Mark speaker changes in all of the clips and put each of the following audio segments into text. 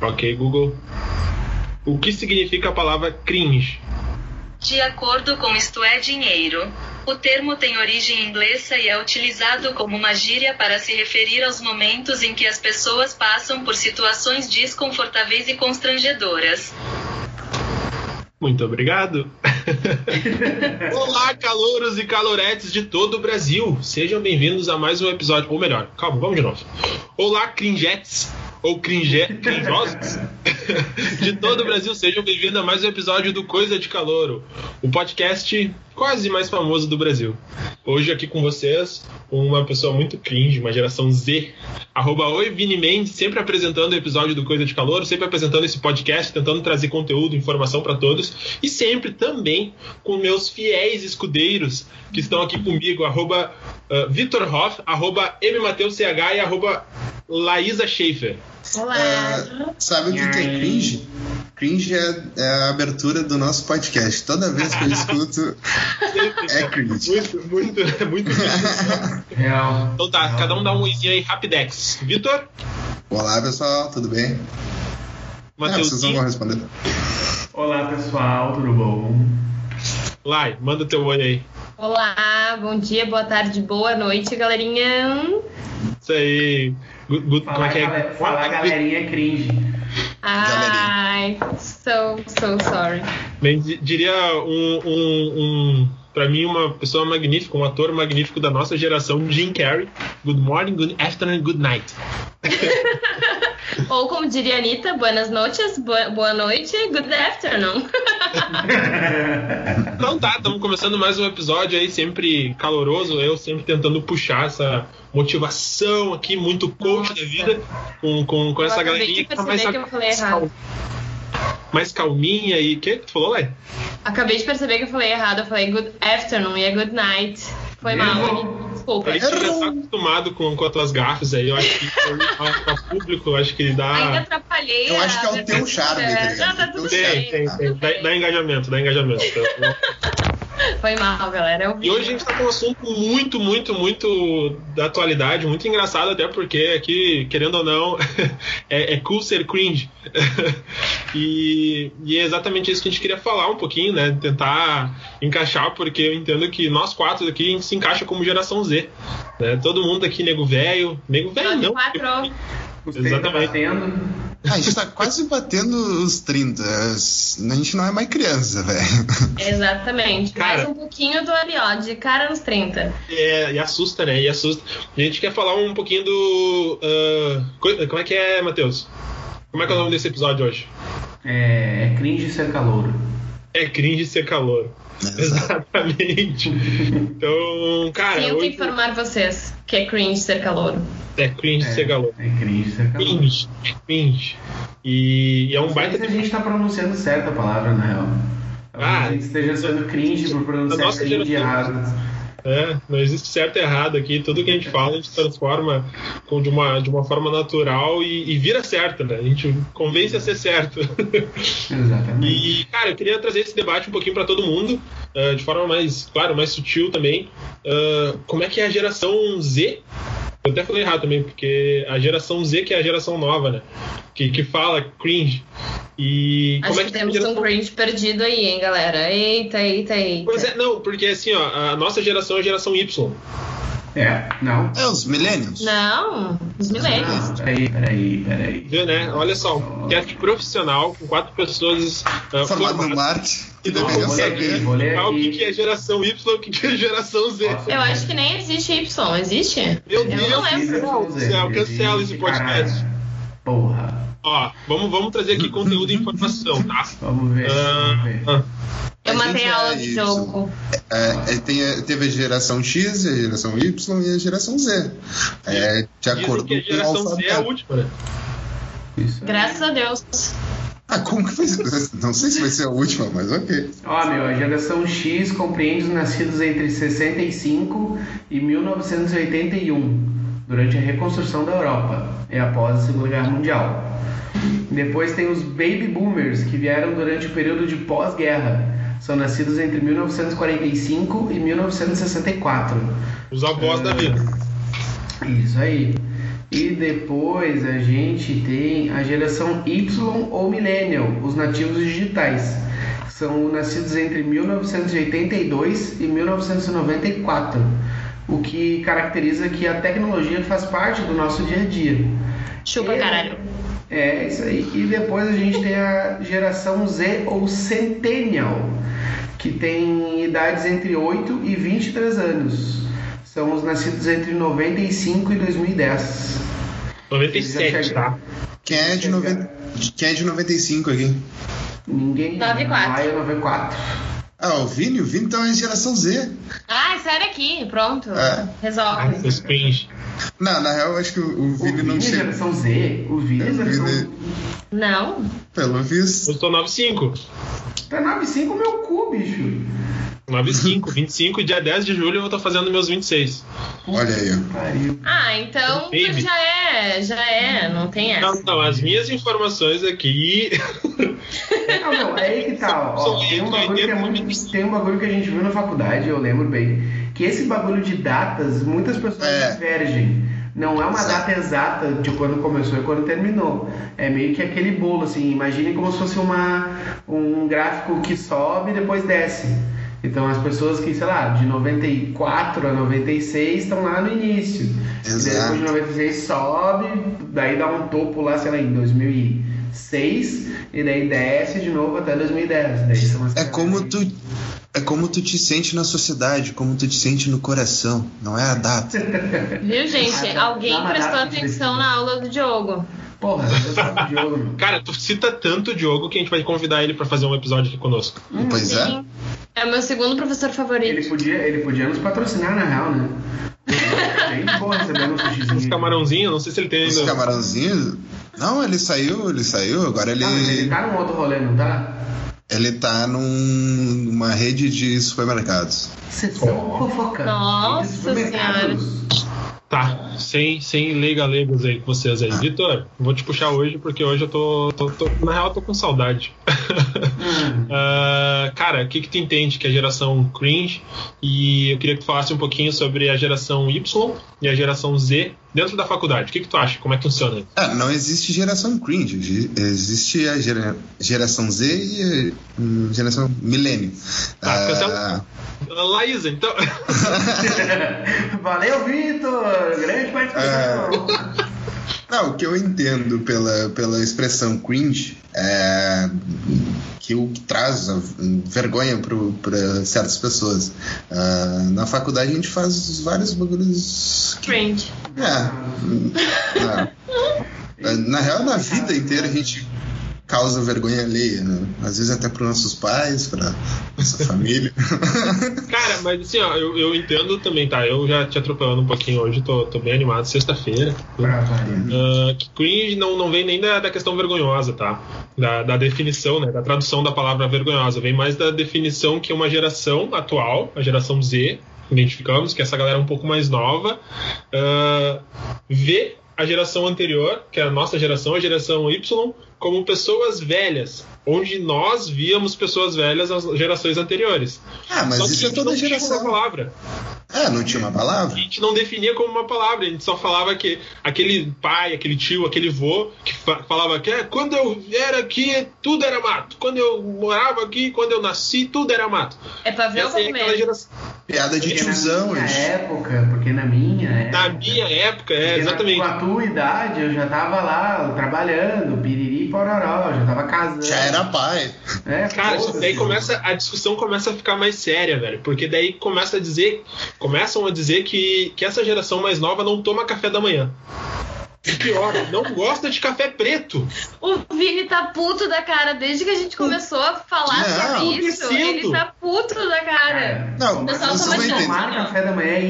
Speaker 1: Ok, Google. O que significa a palavra cringe?
Speaker 2: De acordo com Isto é Dinheiro, o termo tem origem inglesa e é utilizado como uma gíria para se referir aos momentos em que as pessoas passam por situações desconfortáveis e constrangedoras.
Speaker 1: Muito obrigado. Olá, calouros e caloretes de todo o Brasil. Sejam bem-vindos a mais um episódio. Ou melhor, calma, vamos de novo. Olá, cringetes ou cringe, cringosos de todo o Brasil. Sejam bem-vindos a mais um episódio do Coisa de Calouro, o podcast quase mais famoso do Brasil. Hoje aqui com vocês, uma pessoa muito cringe, uma geração Z. Arroba Oi Vini Mendes, sempre apresentando o episódio do Coisa de Calor, sempre apresentando esse podcast, tentando trazer conteúdo, informação para todos. E sempre também com meus fiéis escudeiros que estão aqui comigo, arroba uh, Vitor Hoff, arroba MMateusCH e arroba Laísa Schaefer.
Speaker 3: É, sabe o que, que é
Speaker 1: Hum.
Speaker 3: cringe? Cringe é, é a abertura do nosso podcast. Toda vez que eu escuto, é cringe.
Speaker 1: Muito, muito, muito difícil.
Speaker 4: Real.
Speaker 1: Então tá, cada um dá um oizinho aí, Rapidex. Vitor,
Speaker 3: Olá, pessoal, tudo bem? Ah, vocês não
Speaker 1: Matheusinho,
Speaker 3: vão
Speaker 1: responder.
Speaker 4: Olá pessoal, tudo bom?
Speaker 1: Lai, manda teu oi aí.
Speaker 5: Olá, bom dia, boa tarde, boa noite, galerinha.
Speaker 1: Isso aí. Gu- gu- como
Speaker 4: Falar,
Speaker 1: é que é?
Speaker 4: gale- falar galerinha é cringe.
Speaker 5: Ai, so, so sorry.
Speaker 1: Bem, di- diria um, um, um para mim uma pessoa magnífica, um ator magnífico da nossa geração, Jim Carrey. Good morning, good afternoon, good night.
Speaker 5: Ou como diria a Anitta, buenas noches, boa, boa noite, good afternoon.
Speaker 1: Então tá, estamos começando mais um episódio aí, sempre caloroso, eu sempre tentando puxar essa motivação aqui, muito coach da
Speaker 5: Nossa.
Speaker 1: vida, com, com, com essa
Speaker 5: acabei
Speaker 1: galerinha
Speaker 5: de
Speaker 1: que tá
Speaker 5: perceber
Speaker 1: mais,
Speaker 5: que eu falei errado.
Speaker 1: mais calminha e. O que tu falou, Lé?
Speaker 5: Acabei de perceber que eu falei errado, eu falei good afternoon e é good night. Foi
Speaker 1: Errou.
Speaker 5: mal, Anitta, desculpa.
Speaker 1: A gente já tá acostumado com, com as tuas gafes aí, eu acho que para público, eu acho que dá.
Speaker 5: Ainda atrapalhei
Speaker 3: Eu
Speaker 5: a-
Speaker 3: acho que é o teu charme, tá
Speaker 5: É,
Speaker 3: ligado?
Speaker 5: não, tá tudo
Speaker 3: Teu charme.
Speaker 1: Tem,
Speaker 5: bem.
Speaker 1: tem,
Speaker 5: tá
Speaker 1: tem.
Speaker 5: tudo
Speaker 1: Dá,
Speaker 5: bem.
Speaker 1: dá engajamento, dá engajamento. Eu-
Speaker 5: Foi mal, galera. Eu vi.
Speaker 1: E hoje a gente tá com um assunto muito, muito, muito da atualidade, muito engraçado até porque aqui, querendo ou não, é, é cool ser cringe. e, e é exatamente isso que a gente queria falar um pouquinho, né? Tentar encaixar, porque eu entendo que nós quatro aqui a gente se encaixa como geração Z. Né? Todo mundo aqui, nego velho, nego velho
Speaker 5: Nós
Speaker 1: não.
Speaker 5: quatro.
Speaker 4: Os três tá
Speaker 1: Exatamente.
Speaker 4: batendo.
Speaker 3: Ah, a gente tá quase batendo os 30. A gente não é mais criança, velho.
Speaker 5: Exatamente.
Speaker 1: Cara.
Speaker 5: Mais um pouquinho do ali, ó, de cara nos 30.
Speaker 1: É, e assusta, né? E assusta. A gente quer falar um pouquinho do. ah, co- como é que é, Matheus? Como é que é o nome desse episódio hoje?
Speaker 4: É, é cringe ser calouro.
Speaker 1: É cringe ser calor. Exatamente. Então, cara,
Speaker 5: Sinto
Speaker 1: hoje
Speaker 5: informar vocês que é cringe ser calouro.
Speaker 1: é cringe
Speaker 4: É,
Speaker 1: ser calor.
Speaker 4: É cringe ser calouro.
Speaker 1: Cringe, é cringe. E, e é um
Speaker 4: Não sei
Speaker 1: baita
Speaker 4: se a gente tá pronunciando certo a palavra, na real.
Speaker 1: Ah,
Speaker 4: Talvez a gente esteja sendo cringe por
Speaker 1: a
Speaker 4: pronunciar
Speaker 1: nossa
Speaker 4: cringe
Speaker 1: geração.
Speaker 4: errado.
Speaker 1: É, não existe certo e errado aqui. Tudo que a gente fala, a gente transforma com- de, uma, de uma forma natural e, e vira certo, né? A gente convence a ser certo.
Speaker 4: Exatamente.
Speaker 1: E, cara, eu queria trazer esse debate um pouquinho para todo mundo, eh, de forma mais, claro, mais sutil também. Ah, como é que é a geração Z? Eu até falei errado também, porque a geração Z que é a geração nova, né? Que, que fala cringe. E
Speaker 5: Acho
Speaker 1: como é
Speaker 5: que
Speaker 1: tá a
Speaker 5: temos
Speaker 1: geração-
Speaker 5: um cringe perdido aí, hein, galera. Eita, eita, eita.
Speaker 1: Pois é, não, porque assim, ó, a nossa geração é a geração Y.
Speaker 4: É, não.
Speaker 3: É, os millennials.
Speaker 5: Não, os milênios.
Speaker 4: Ah, Peraí, peraí, peraí.
Speaker 1: Viu, né? Olha só, um podcast profissional com quatro pessoas ah,
Speaker 3: Formado no
Speaker 1: formadas.
Speaker 3: Marte, que
Speaker 1: E não,
Speaker 3: deveria
Speaker 4: vou ler aqui,
Speaker 3: saber.
Speaker 4: vou ler
Speaker 1: O que
Speaker 4: aqui.
Speaker 1: que é geração Y, o que que é geração Z?
Speaker 5: Eu acho que nem existe Y, existe?
Speaker 1: Meu
Speaker 5: não
Speaker 1: Deus
Speaker 5: lembro.
Speaker 1: do céu, do céu, cancela esse podcast.
Speaker 4: Caralho. Porra.
Speaker 1: Ó, vamos, vamos trazer aqui conteúdo e informação, tá?
Speaker 4: Vamos ver.
Speaker 1: Ah,
Speaker 4: vamos ver.
Speaker 1: ah,
Speaker 5: Eu
Speaker 3: A
Speaker 5: matei
Speaker 3: gente
Speaker 5: a aula
Speaker 3: é
Speaker 5: de
Speaker 3: Y.
Speaker 5: jogo.
Speaker 3: É, é, tem a- teve a geração X, a geração Y e a geração Z. É, de acordo
Speaker 1: dizem que a
Speaker 3: com o
Speaker 1: geração Z é a
Speaker 3: alfabeto.
Speaker 1: última, né?
Speaker 4: Isso.
Speaker 5: Graças a Deus.
Speaker 3: Ah, como que foi isso? Não sei se vai ser a última, mas ok.
Speaker 4: Ó, meu, a geração X compreende os nascidos entre 65 e 1981, durante a reconstrução da Europa e após a Segunda Guerra Mundial. Depois tem os Baby Boomers, que vieram durante o período de pós-guerra. São nascidos entre 1945 e 1964.
Speaker 1: Os avós da vida.
Speaker 4: Isso aí. E depois a gente tem a geração Y ou Millennial, os nativos digitais. que São nascidos entre 1982 e 1994, o que caracteriza que a tecnologia faz parte do nosso dia a dia.
Speaker 5: Chupa,
Speaker 4: E-
Speaker 5: caralho.
Speaker 4: É, isso aí. E depois a gente tem a geração Z ou Centennial, que tem idades entre 8 e 23 anos. São os nascidos entre 95 e 2010. Eles
Speaker 1: 97,
Speaker 4: já
Speaker 1: tá?
Speaker 3: Quem é de, noven... de- Quem é de 95 aqui?
Speaker 4: Ninguém.
Speaker 5: 94.
Speaker 4: Maio 94.
Speaker 3: Ah, o Vini? O Vini então é geração Z.
Speaker 5: Ai, Ah, sai daqui, pronto.
Speaker 3: É.
Speaker 1: Ai,
Speaker 5: Resolve.
Speaker 1: seus cringe.
Speaker 3: Não, na real, eu acho que o o
Speaker 4: O
Speaker 3: Vini
Speaker 4: Vini é
Speaker 3: não chega.
Speaker 4: geração Z. O Vini é
Speaker 3: É, o Vini
Speaker 4: geração.
Speaker 5: Não.
Speaker 3: Pelo visto.
Speaker 1: Eu sou 95.
Speaker 4: Tá 95 meu cu, bicho.
Speaker 1: 95, 25, dia 10 de julho eu vou estar fazendo meus 26.
Speaker 3: Olha aí, ó.
Speaker 4: Pariu.
Speaker 5: Ah, então
Speaker 1: Baby.
Speaker 5: tu já é, já é, não tem essa.
Speaker 1: Não, não, Então, as minhas informações aqui.
Speaker 4: Não, não, é aí que tá. Ó,
Speaker 1: São
Speaker 4: Ó, tem, um bagulho que é
Speaker 1: 80,
Speaker 4: muito, tem um bagulho que a gente viu na faculdade, eu lembro bem. Que esse bagulho de datas, muitas pessoas
Speaker 3: É.
Speaker 4: divergem. Não é uma
Speaker 3: Exato.
Speaker 4: data exata de quando começou e quando terminou. É meio que aquele bolo, assim. Imagine como se fosse uma, um gráfico que sobe e depois desce. Então as pessoas que, sei lá, de 94 a 96 estão lá no início. E daí
Speaker 3: Exato.
Speaker 4: Depois de 96 sobe, daí dá um topo lá, sei lá, em 2006, e daí desce de novo até 2010. Daí são as
Speaker 3: É
Speaker 4: caras
Speaker 3: como
Speaker 4: aí.
Speaker 3: tu. É como tu te sente na sociedade, como tu te sente no coração, não é a data.
Speaker 5: Viu, gente?
Speaker 1: tá.
Speaker 4: Ah,
Speaker 5: Alguém
Speaker 4: dá uma
Speaker 5: prestou
Speaker 4: data de
Speaker 5: atenção na aula do Diogo.
Speaker 4: Porra, eu tava de ouro. mano.
Speaker 1: Cara, tu cita tanto o Diogo que a gente vai convidar ele pra fazer um episódio aqui conosco.
Speaker 4: Hum,
Speaker 3: pois é.
Speaker 5: Sim. É o meu segundo professor favorito.
Speaker 4: Ele podia, ele podia nos patrocinar, na real, né? Bem bom receber um
Speaker 1: Os
Speaker 3: Hum.
Speaker 4: sushizinho.
Speaker 1: camarãozinhos, não sei se ele tem
Speaker 3: Os
Speaker 1: ainda.
Speaker 3: camarãozinhos. Não, ele saiu, ele saiu, agora ele.
Speaker 4: Ah, mas ele tá num outro rolê, não tá?
Speaker 3: Ele tá num- numa rede de supermercados.
Speaker 4: Vocês estão fofocando.
Speaker 5: Nossa
Speaker 4: Supermercados.
Speaker 1: Tá, sem, sem leigalegos aí com vocês aí. Vitor, vou te puxar hoje porque hoje eu tô. tô- tô- na real, eu tô com saudade.
Speaker 4: Hum.
Speaker 1: Ah, cara, o que, que tu entende que é a geração cringe? E eu queria que tu falasse um pouquinho sobre a geração Y e a geração Z dentro da faculdade. O que, que tu acha? Como é que funciona?
Speaker 3: Ah, não existe geração cringe, ge- existe a gera- geração Z e hum, geração milênio.
Speaker 1: Tá,
Speaker 3: Ah,
Speaker 1: cancela. Laísa, então.
Speaker 4: Valeu, Vitor! Grande participação!
Speaker 3: Ah, Não, o que eu entendo pela, pela expressão cringe é que o que traz a vergonha para certas pessoas. Ah, na faculdade a gente faz vários bagulhos.
Speaker 5: Cringe.
Speaker 3: É. na, na real, na vida inteira a gente causa vergonha alheia, né? Às vezes até para nossos pais, para nossa família.
Speaker 1: Cara, mas assim, ó, eu, eu entendo também, tá? Eu já te atropelando um pouquinho hoje, tô, tô bem animado, sexta-feira.
Speaker 4: Pra variar.
Speaker 1: Ah, que cringe não, não vem nem da, da questão vergonhosa, tá? Da, da definição, né? Da tradução da palavra vergonhosa. Vem mais da definição que uma geração atual, a geração Z, identificamos, que é essa galera um pouco mais nova, ah, vê a geração anterior, que é a nossa geração, a geração Y, como pessoas velhas, onde nós víamos pessoas velhas nas gerações anteriores.
Speaker 3: Ah, mas
Speaker 1: Só que
Speaker 3: isso
Speaker 1: a
Speaker 3: é
Speaker 1: gente
Speaker 3: toda
Speaker 1: não tinha uma
Speaker 3: geração.
Speaker 1: palavra.
Speaker 3: Ah, não tinha uma palavra?
Speaker 1: A gente não definia como uma palavra, a gente só falava que aquele pai, aquele tio, aquele vô que fa- falava que "É, quando eu era aqui tudo era mato, quando eu morava aqui, quando eu nasci tudo era mato.
Speaker 5: É pra ver ou
Speaker 1: Essa
Speaker 5: pra
Speaker 1: é aquela
Speaker 5: comer?
Speaker 1: geração.
Speaker 3: Piada de
Speaker 1: É,
Speaker 4: Porque
Speaker 3: tiozão,
Speaker 4: na minha
Speaker 3: isso.
Speaker 4: época, porque na minha época.
Speaker 1: Na minha época,
Speaker 4: porque
Speaker 1: é,
Speaker 4: na-
Speaker 1: exatamente.
Speaker 4: Com a tua idade, eu já tava lá trabalhando, piriri e pororó, já tava casando.
Speaker 3: Já era pai.
Speaker 4: É,
Speaker 1: Cara, isso
Speaker 4: foda-se.
Speaker 1: daí começa, a discussão começa a ficar mais séria, velho. Porque daí começa a dizer, começam a dizer que, que essa geração mais nova não toma café da manhã. E pior, não gosta de café preto.
Speaker 5: O Vini tá puto da cara desde que a gente começou a falar
Speaker 3: Não,
Speaker 5: sobre isso.
Speaker 1: acontecendo.
Speaker 5: Ele tá puto da cara.
Speaker 3: Não,
Speaker 4: tomar-
Speaker 5: pessoal
Speaker 3: vocês
Speaker 5: toma
Speaker 3: não
Speaker 5: chá.
Speaker 3: entendem.
Speaker 4: Tomar café da manhã é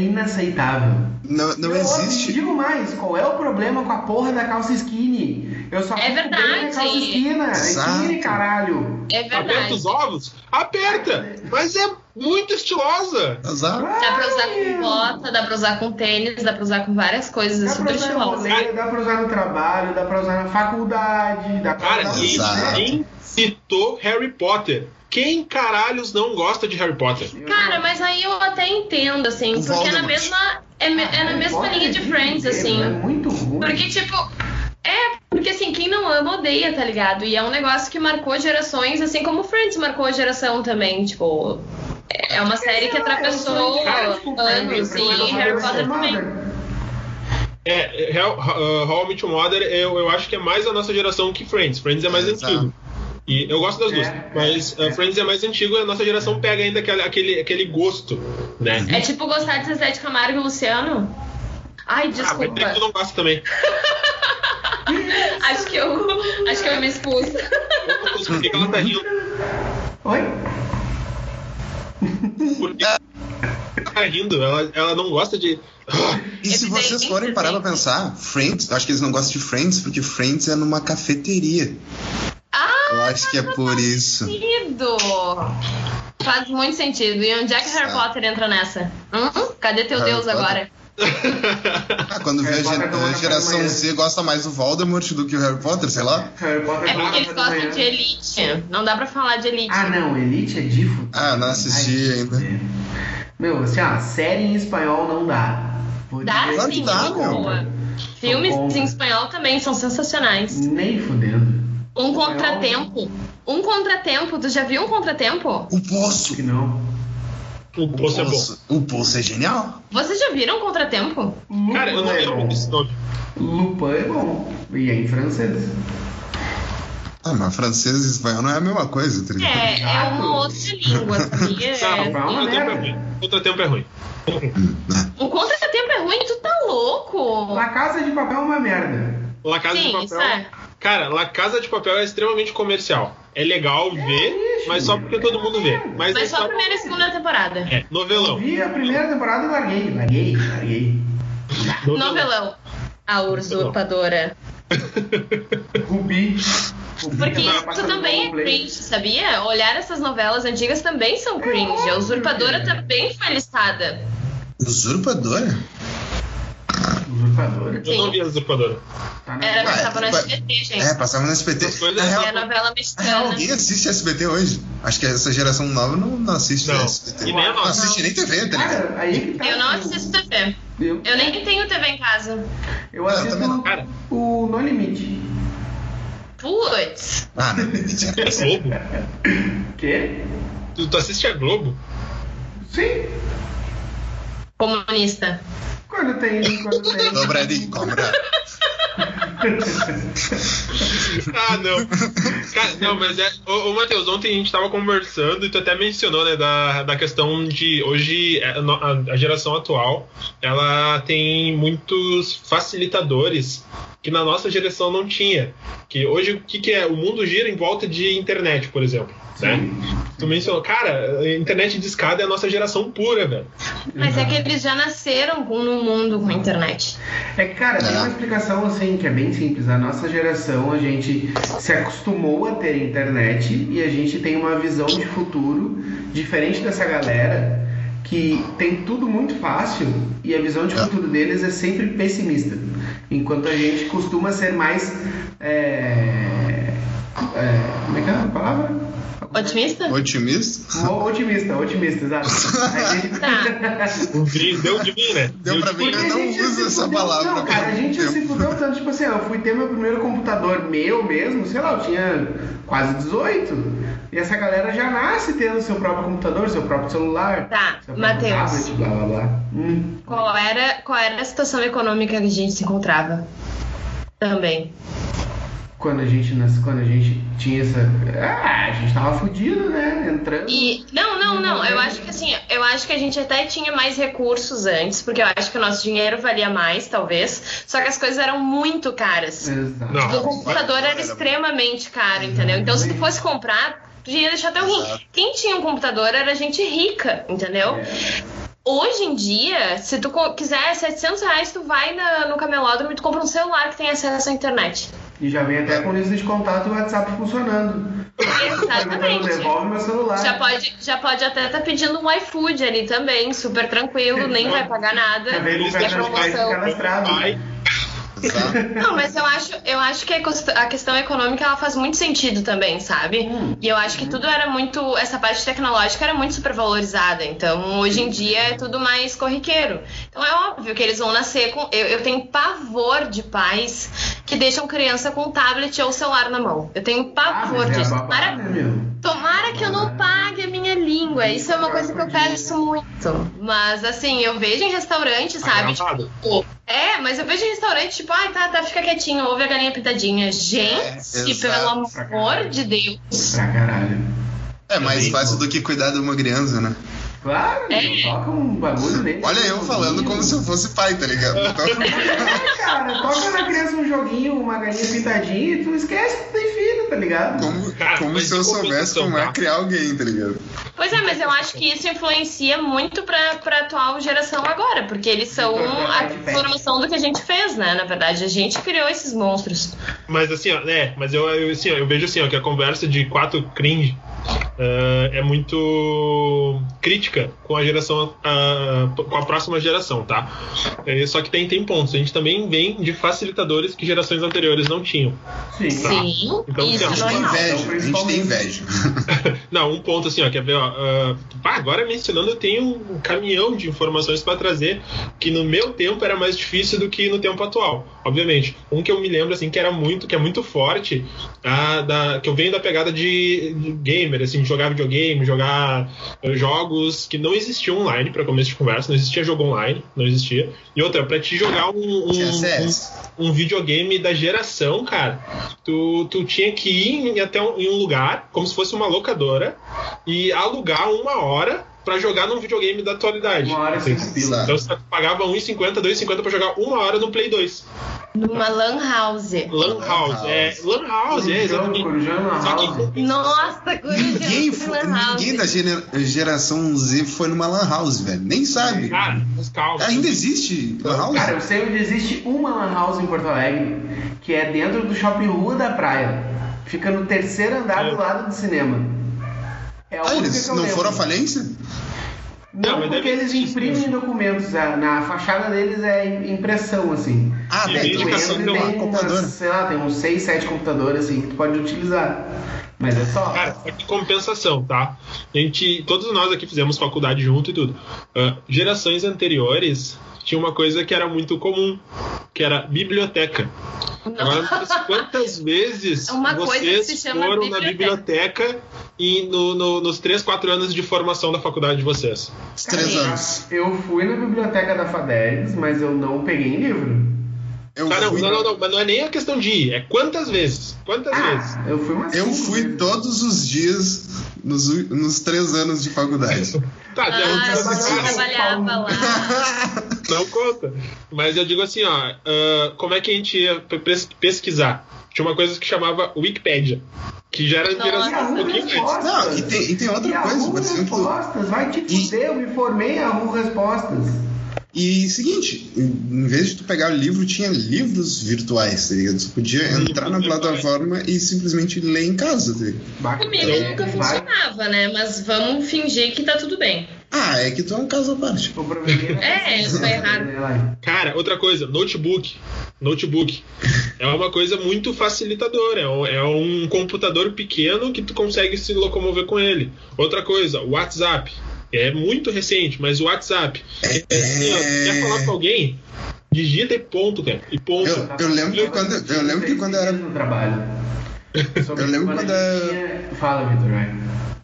Speaker 4: inaceitável.
Speaker 3: Não, não
Speaker 4: Eu
Speaker 3: existe.
Speaker 4: Digo mais, qual é o problema com a porra da calça skinny? Eu só
Speaker 5: É
Speaker 4: fico bem
Speaker 5: verdade.
Speaker 4: na calça skinny, é
Speaker 3: Exato.
Speaker 4: skinny, caralho.
Speaker 5: É
Speaker 1: Aperta os
Speaker 5: verdade.
Speaker 1: ovos? Aperta! Mas é muito estilosa!
Speaker 3: Azar.
Speaker 5: Dá pra usar com bota, dá pra usar com tênis, dá pra usar com várias coisas. É
Speaker 4: Dá pra
Speaker 5: super
Speaker 4: usar no
Speaker 5: estilosa.
Speaker 4: rolê, dá pra usar no trabalho, dá pra usar na faculdade, dá pra
Speaker 1: Cara,
Speaker 4: usar
Speaker 1: quem,
Speaker 3: Exato.
Speaker 1: quem citou Harry Potter? Quem caralhos não gosta de Harry Potter?
Speaker 4: Eu-
Speaker 5: Cara, mas aí eu até entendo, assim,
Speaker 3: O
Speaker 5: porque na
Speaker 3: Voldemort.
Speaker 5: mesma. É, me- é na
Speaker 4: Ah,
Speaker 5: mesma linha de Friends, assim.
Speaker 4: É muito ruim.
Speaker 5: Porque, tipo, é, porque assim, quem não ama odeia, tá ligado? E é um negócio que marcou gerações, assim como Friends marcou geração também, tipo. É é uma série que atravessou
Speaker 4: Cara, desculpa,
Speaker 5: anos, e
Speaker 4: eu prefiro
Speaker 5: Harry
Speaker 4: How I Met
Speaker 5: Potter
Speaker 4: Your
Speaker 5: também.
Speaker 4: Mother.
Speaker 1: É, Hell, uh, How I Met Your Mother, eu, eu acho que é mais a nossa geração que Friends. Friends é mais
Speaker 3: Exato.
Speaker 1: antigo. E eu gosto das
Speaker 4: É,
Speaker 1: duas,
Speaker 4: é,
Speaker 1: mas uh,
Speaker 4: é.
Speaker 1: Friends é mais antigo e a nossa geração pega ainda aquele, aquele, aquele gosto, né?
Speaker 3: Uhum.
Speaker 5: É tipo gostar de Zezé de Camargo e Luciano? Ai,
Speaker 1: Ah, mas
Speaker 5: desculpa.
Speaker 1: tem que tu não gosta também.
Speaker 5: Acho que eu acho que eu me expus.
Speaker 1: Outra coisa, Por que que ela tá rindo?
Speaker 4: Oi?
Speaker 1: Por que ela tá rindo? Ela, ela não gosta de.
Speaker 3: E se
Speaker 5: Evidente,
Speaker 3: vocês forem parar pra
Speaker 5: evidente.
Speaker 3: pensar, Friends, eu acho que eles não gostam de Friends porque Friends é numa cafeteria.
Speaker 5: Ah,
Speaker 3: Eu acho que é por isso.
Speaker 5: sentido! Faz muito sentido. E onde é que Harry
Speaker 3: Ah.
Speaker 5: Potter entra nessa? Hum? Cadê teu
Speaker 3: Harry
Speaker 5: Deus
Speaker 3: Potter?
Speaker 5: agora?
Speaker 3: Ah, quando vê
Speaker 4: Harry
Speaker 3: a
Speaker 4: Potter
Speaker 3: gera-
Speaker 4: toma
Speaker 3: a
Speaker 4: café da
Speaker 3: geração
Speaker 4: manhã.
Speaker 3: Z gosta mais do Voldemort do que o Harry Potter, sei lá.
Speaker 4: Harry Potter
Speaker 5: É
Speaker 4: toma
Speaker 5: porque eles
Speaker 4: café da
Speaker 5: gostam
Speaker 4: manhã.
Speaker 5: de elite. Não dá pra falar de elite.
Speaker 4: Ah, não, Elite é de futebol.
Speaker 3: Ah, não assisti
Speaker 4: Ai,
Speaker 3: ainda.
Speaker 4: é. Meu, assim, ó, série em espanhol não dá. Vou
Speaker 5: Dá
Speaker 4: dizer
Speaker 3: Claro
Speaker 5: sim,
Speaker 3: que dá,
Speaker 5: muito
Speaker 3: meu.
Speaker 5: boa. Filmes
Speaker 4: Sou contra.
Speaker 5: em espanhol também são sensacionais.
Speaker 4: Nem fudendo.
Speaker 5: Um
Speaker 4: Espanhol.
Speaker 5: contratempo. Um contratempo. Tu já viu um contratempo?
Speaker 3: O
Speaker 4: Acho
Speaker 3: poço!
Speaker 4: que não.
Speaker 1: O poço é bom.
Speaker 3: Poço- O poço é genial.
Speaker 5: Vocês já viram um contratempo?
Speaker 4: Lupin
Speaker 1: Cara, eu não
Speaker 4: é
Speaker 1: lembro
Speaker 4: bom.
Speaker 1: desse nome.
Speaker 4: Lupin é bom. E é em francês.
Speaker 3: Ah, mas francês e espanhol não é a mesma coisa, tá ligado?
Speaker 5: É, é uma outra língua, sabia?
Speaker 1: Sabe,
Speaker 4: vai uma
Speaker 5: assim
Speaker 1: outro tempo é
Speaker 4: merda.
Speaker 1: ruim. Outro tempo é ruim.
Speaker 5: Um contratempo é ruim? Tu tá louco?
Speaker 4: La Casa de Papel é uma merda.
Speaker 1: La Casa de
Speaker 5: Sim, isso
Speaker 1: Papel.
Speaker 5: é.
Speaker 1: Cara, La Casa de Papel é extremamente comercial. É legal ver,
Speaker 4: lixo,
Speaker 1: mas só
Speaker 4: meu.
Speaker 1: porque todo mundo vê. Mas, é
Speaker 5: é Mas só a primeira e segunda temporada.
Speaker 1: É, novelão.
Speaker 4: Vi a primeira temporada e larguei. Larguei, larguei.
Speaker 5: Novelão. A usurpadora.
Speaker 4: Rubi. Rubi
Speaker 5: Porque
Speaker 4: agora
Speaker 5: isso
Speaker 4: passa no
Speaker 5: também é
Speaker 4: Globoplay.
Speaker 5: cringe, sabia? Olhar essas novelas antigas também são cringe. A usurpadora tá também foi listada.
Speaker 3: Usurpadora?
Speaker 4: Usurpadora.
Speaker 1: Eu não vi a usurpadora.
Speaker 4: Tá na-
Speaker 5: Era
Speaker 3: Ué,
Speaker 5: passava no
Speaker 3: ué.
Speaker 5: SBT, gente.
Speaker 3: É, passava no
Speaker 1: Essas
Speaker 3: SBT.
Speaker 1: coisas
Speaker 3: Na
Speaker 1: são-
Speaker 3: real,
Speaker 5: É a novela
Speaker 3: na real,
Speaker 5: mexicana.
Speaker 3: alguém assiste SBT hoje. Acho que essa geração nova não, não assiste
Speaker 1: Não.
Speaker 3: SBT.
Speaker 1: E nem a
Speaker 3: não
Speaker 1: nossa.
Speaker 3: assiste nem TV, tá ligado?
Speaker 4: Cara, aí que tá.
Speaker 5: Eu não assisto TV.
Speaker 4: Eu,
Speaker 5: Eu nem tenho TV em casa.
Speaker 4: eu assisto
Speaker 3: também não.
Speaker 1: Cara.
Speaker 4: o No Limite.
Speaker 5: Putz.
Speaker 3: Ah, não, mentira.
Speaker 1: É Globo?
Speaker 4: Quê?
Speaker 1: Tu, tu assiste a Globo?
Speaker 4: Sim.
Speaker 5: Comunista.
Speaker 4: Quando tem. Quando tem.
Speaker 3: Dobradinho, cobra.
Speaker 1: Ah, não. Cara, não, mas é. Ô, ô Matheus, ontem a gente tava conversando e tu até mencionou, né, da, da questão de hoje é, no- a, a geração atual ela tem muitos facilitadores que na nossa geração não tinha. Que hoje o que, que é? O mundo gira em volta de internet, por exemplo. Né? Tu mencionou, cara, a internet de escada é a nossa geração pura, velho.
Speaker 5: Mas é que eles já nasceram com- no mundo com a internet.
Speaker 4: É que, cara, tem uma explicação assim que é bem simples. A nossa geração, a gente se acostumou a ter internet e a gente tem uma visão de futuro diferente dessa galera que tem tudo muito fácil e a visão de
Speaker 3: É.
Speaker 4: futuro deles é sempre pessimista. Enquanto a gente costuma ser mais. É, é, como é que é a palavra?
Speaker 5: Otimista?
Speaker 3: Otimista?
Speaker 4: O- Otimista, otimista, exato. A gente
Speaker 5: Tá.
Speaker 1: Deu de mim, né?
Speaker 3: Deu pra
Speaker 1: de
Speaker 3: ver
Speaker 1: mim.
Speaker 3: que eu
Speaker 4: a
Speaker 3: não
Speaker 4: gente se
Speaker 3: uso essa
Speaker 4: fudeu-
Speaker 3: palavra.
Speaker 4: Não, cara, a gente se fudeu tanto. Tipo assim, ó, eu fui ter meu primeiro computador meu mesmo, sei lá, eu tinha quase 18. E essa galera já nasce tendo seu próprio computador, seu próprio celular.
Speaker 5: Tá,
Speaker 4: seu próprio
Speaker 5: Matheus.
Speaker 4: tablet, blá blá blá. Hum.
Speaker 5: Qual era, qual era a situação econômica que a gente se encontrava? Também.
Speaker 4: Quando a gente nas- quando a gente tinha essa. Ah, a gente tava fudido, né? Entrando.
Speaker 5: E não, não, não. Eu acho que assim, eu acho que a gente até tinha mais recursos antes, porque eu acho que o nosso dinheiro valia mais, talvez. Só que as coisas eram muito caras.
Speaker 4: Exato.
Speaker 1: Não.
Speaker 5: O computador era extremamente caro, entendeu? Então, se tu fosse comprar, tu ia deixar teu rim. Quem tinha um computador era gente rica, entendeu?
Speaker 4: É.
Speaker 5: Hoje em dia, se tu co- quiser 700 reais, tu vai na- no camelódromo e tu compra um celular que tem acesso à internet.
Speaker 4: E já vem
Speaker 3: É.
Speaker 4: até com lista de contato e o WhatsApp funcionando. Perguntando,
Speaker 5: Exatamente.
Speaker 4: Devolve meu celular.
Speaker 5: Já pode, já pode até estar pedindo um iFood ali também, super tranquilo, nem vai pagar nada.
Speaker 4: Já vem com o
Speaker 5: Tem
Speaker 4: cartão de crédito
Speaker 5: promoção.
Speaker 4: cadastrado.
Speaker 1: Pai,
Speaker 3: Tá?
Speaker 5: Não, mas eu acho, eu acho que a cos- a questão econômica ela faz muito sentido também, sabe? E eu acho que tudo era muito. Essa parte tecnológica era muito supervalorizada. Então, hoje em dia é tudo mais corriqueiro. Então é óbvio que eles vão nascer com. Eu, eu tenho pavor de pais que deixam criança com tablet ou celular na mão. Eu tenho
Speaker 4: Ah,
Speaker 5: pavor
Speaker 4: mas é
Speaker 5: disso.
Speaker 4: a babá,
Speaker 5: Tomara,
Speaker 4: né, meu?
Speaker 5: tomara que eu não pague a minha língua. Isso é uma coisa que eu peço muito. Mas assim, eu vejo em restaurante, sabe? Tipo,
Speaker 1: Agravado.
Speaker 5: É, mas eu vejo em restaurante, tipo, ai, tá, tá, fica quietinho, ouve a galinha pintadinha. Gente,
Speaker 3: É,
Speaker 5: pelo
Speaker 3: exato.
Speaker 5: amor de Deus.
Speaker 4: Pra caralho.
Speaker 3: É mais fácil do que cuidar de uma criança, né?
Speaker 4: Claro, meu, toca um bagulho um dele.
Speaker 3: Olha eu falando como se eu fosse pai, tá ligado? Então,
Speaker 4: É, Cara, toca na criança um joguinho, uma galinha pintadinha e tu esquece que tu tem filho, tá ligado?
Speaker 3: como,
Speaker 1: Cara,
Speaker 3: como
Speaker 1: mas
Speaker 3: se eu
Speaker 1: de
Speaker 3: soubesse
Speaker 1: compensação,
Speaker 3: como é
Speaker 1: tá?
Speaker 3: criar alguém, tá ligado?
Speaker 5: Pois é, mas eu acho que isso influencia muito pra, pra atual geração agora, porque eles são a formação do que a gente fez, né? Na verdade, a gente criou esses monstros.
Speaker 1: Mas assim, ó, né? Mas eu, eu, assim, ó, eu vejo assim, ó, que a conversa de quatro cringe ah, é muito crítica com a geração, ah, com a próxima geração, tá? É, só que tem, tem pontos. A gente também vem de facilitadores que gerações anteriores não tinham.
Speaker 4: Sim.
Speaker 5: Sim,
Speaker 1: Então, tem
Speaker 5: isso
Speaker 3: A
Speaker 1: Não,
Speaker 3: gente
Speaker 5: é
Speaker 3: tem
Speaker 5: normal.
Speaker 3: inveja, a gente tem inveja.
Speaker 1: Não, um ponto assim, ó, quer ver, ó, ah, pá, agora mencionando, eu tenho um caminhão de informações para trazer que no meu tempo era mais difícil do que no tempo atual, obviamente. Um que eu me lembro, assim, que era muito, que é muito forte, ah, da, que eu venho da pegada de, de gamer, assim, de jogar videogame, jogar eh, jogos que não existiam online, para começo de conversa, não existia jogo online, não existia. E outra, para te jogar um-
Speaker 3: Tinha
Speaker 1: um, um
Speaker 3: CS.
Speaker 1: um videogame da geração, cara. Tu, tu tinha que ir em, até um, em um lugar, como se fosse uma locadora, e alugar uma hora pra jogar num videogame da atualidade.
Speaker 4: Uma hora e cinco pila.
Speaker 1: Então você pagava 1,50, 2,50 pra jogar uma hora no Play 2.
Speaker 5: Numa lan house.
Speaker 1: Lan House. É, Lan House, é,
Speaker 4: Corujão,
Speaker 1: exatamente.
Speaker 4: corujão na
Speaker 1: Só que-
Speaker 4: house.
Speaker 5: Nossa, Corujão,
Speaker 3: Ninguém, foi,
Speaker 5: lan house.
Speaker 3: ninguém da gera- geração Z foi numa Lan House, velho. Nem sabe.
Speaker 1: Cara, mas calma.
Speaker 3: Ainda existe Lan House?
Speaker 4: Cara, eu sei onde existe uma lan house em Porto Alegre, que é dentro do shopping Rua da Praia. Fica no terceiro andar
Speaker 1: É.
Speaker 4: do lado do cinema. É a
Speaker 3: Ah,
Speaker 4: única
Speaker 3: eles
Speaker 4: que eu
Speaker 3: não
Speaker 4: lembro.
Speaker 3: foram à falência?
Speaker 1: Não,
Speaker 4: Não,
Speaker 1: mas
Speaker 4: porque
Speaker 1: deve
Speaker 4: eles
Speaker 1: existir,
Speaker 4: imprimem
Speaker 1: sim.
Speaker 4: documentos. a- na fachada deles é impressão, assim.
Speaker 3: Ah,
Speaker 1: E
Speaker 3: daí
Speaker 1: desde
Speaker 3: tu
Speaker 1: que a
Speaker 3: entra
Speaker 1: ação
Speaker 3: e
Speaker 1: deu uma
Speaker 3: tem uma
Speaker 4: umas,
Speaker 3: computadora.
Speaker 4: sei lá, tem uns 6, 7 computadores assim que tu pode utilizar. Mas é só.
Speaker 1: Cara, só que compensação, tá? A gente, todos nós aqui fizemos faculdade junto e tudo. Ah, gerações anteriores tinha uma coisa que era muito comum, que era biblioteca. Agora, não sei quantas vezes
Speaker 5: É uma coisa que
Speaker 1: vocês
Speaker 5: se chama
Speaker 1: foram na biblioteca
Speaker 5: biblioteca
Speaker 1: e no- no- nos 3, 4 anos de formação da faculdade de vocês?
Speaker 3: Os três
Speaker 5: Cara,
Speaker 3: anos.
Speaker 4: Eu fui na biblioteca da Fadelis, mas eu não peguei em livro.
Speaker 3: Eu
Speaker 1: Cara, não,
Speaker 3: fui,
Speaker 1: não, não, não, mas não é nem a questão de ir, é quantas vezes? Quantas vezes?
Speaker 4: Ah, eu fui umas
Speaker 3: eu
Speaker 4: cinco
Speaker 3: fui
Speaker 4: vezes.
Speaker 3: todos os dias nos, u- nos três anos de faculdade.
Speaker 1: Tá,
Speaker 5: Ah,
Speaker 1: eu-
Speaker 5: eu
Speaker 1: cara,
Speaker 5: trabalhava lá.
Speaker 1: Não conta. Mas eu digo assim, ó, ah, como é que a gente ia pe- pes- pesquisar? Tinha uma coisa que chamava Wikipedia, que já era
Speaker 5: Nossa.
Speaker 1: geração um pouquinho antes.
Speaker 3: Não, e tem, e tem outra
Speaker 4: E a
Speaker 3: coisa,
Speaker 4: Rua
Speaker 3: por exemplo.
Speaker 4: Respostas, vai te
Speaker 3: E-
Speaker 4: fuder, eu me formei a Rua Respostas.
Speaker 3: E seguinte, em vez de tu pegar o livro, tinha livros virtuais, tá ligado? Tu podia entrar na
Speaker 1: virtuais.
Speaker 3: plataforma e simplesmente ler em casa, tá ligado?
Speaker 5: Comigo
Speaker 3: É,
Speaker 5: nunca
Speaker 4: vai. tipo,
Speaker 5: funcionava, né? Mas vamos fingir que tá tudo bem.
Speaker 3: Ah, é que tu é um caso à parte.
Speaker 4: O problema
Speaker 5: É, isso tá errado.
Speaker 1: Cara, outra coisa, notebook. Notebook. É uma coisa muito facilitadora. É um, é um computador pequeno que tu consegue se locomover com ele. Outra coisa, WhatsApp. É muito recente, mas o WhatsApp. É assim, ó, quer falar com alguém? Digita e ponto, cara. E ponto.
Speaker 3: Eu- eu lembro que quando- eu lembro que quando eu era-
Speaker 4: No trabalho. Sobre
Speaker 3: Eu lembro
Speaker 4: a
Speaker 3: quando eu-
Speaker 4: pandemia- Fala, Vitor. vai.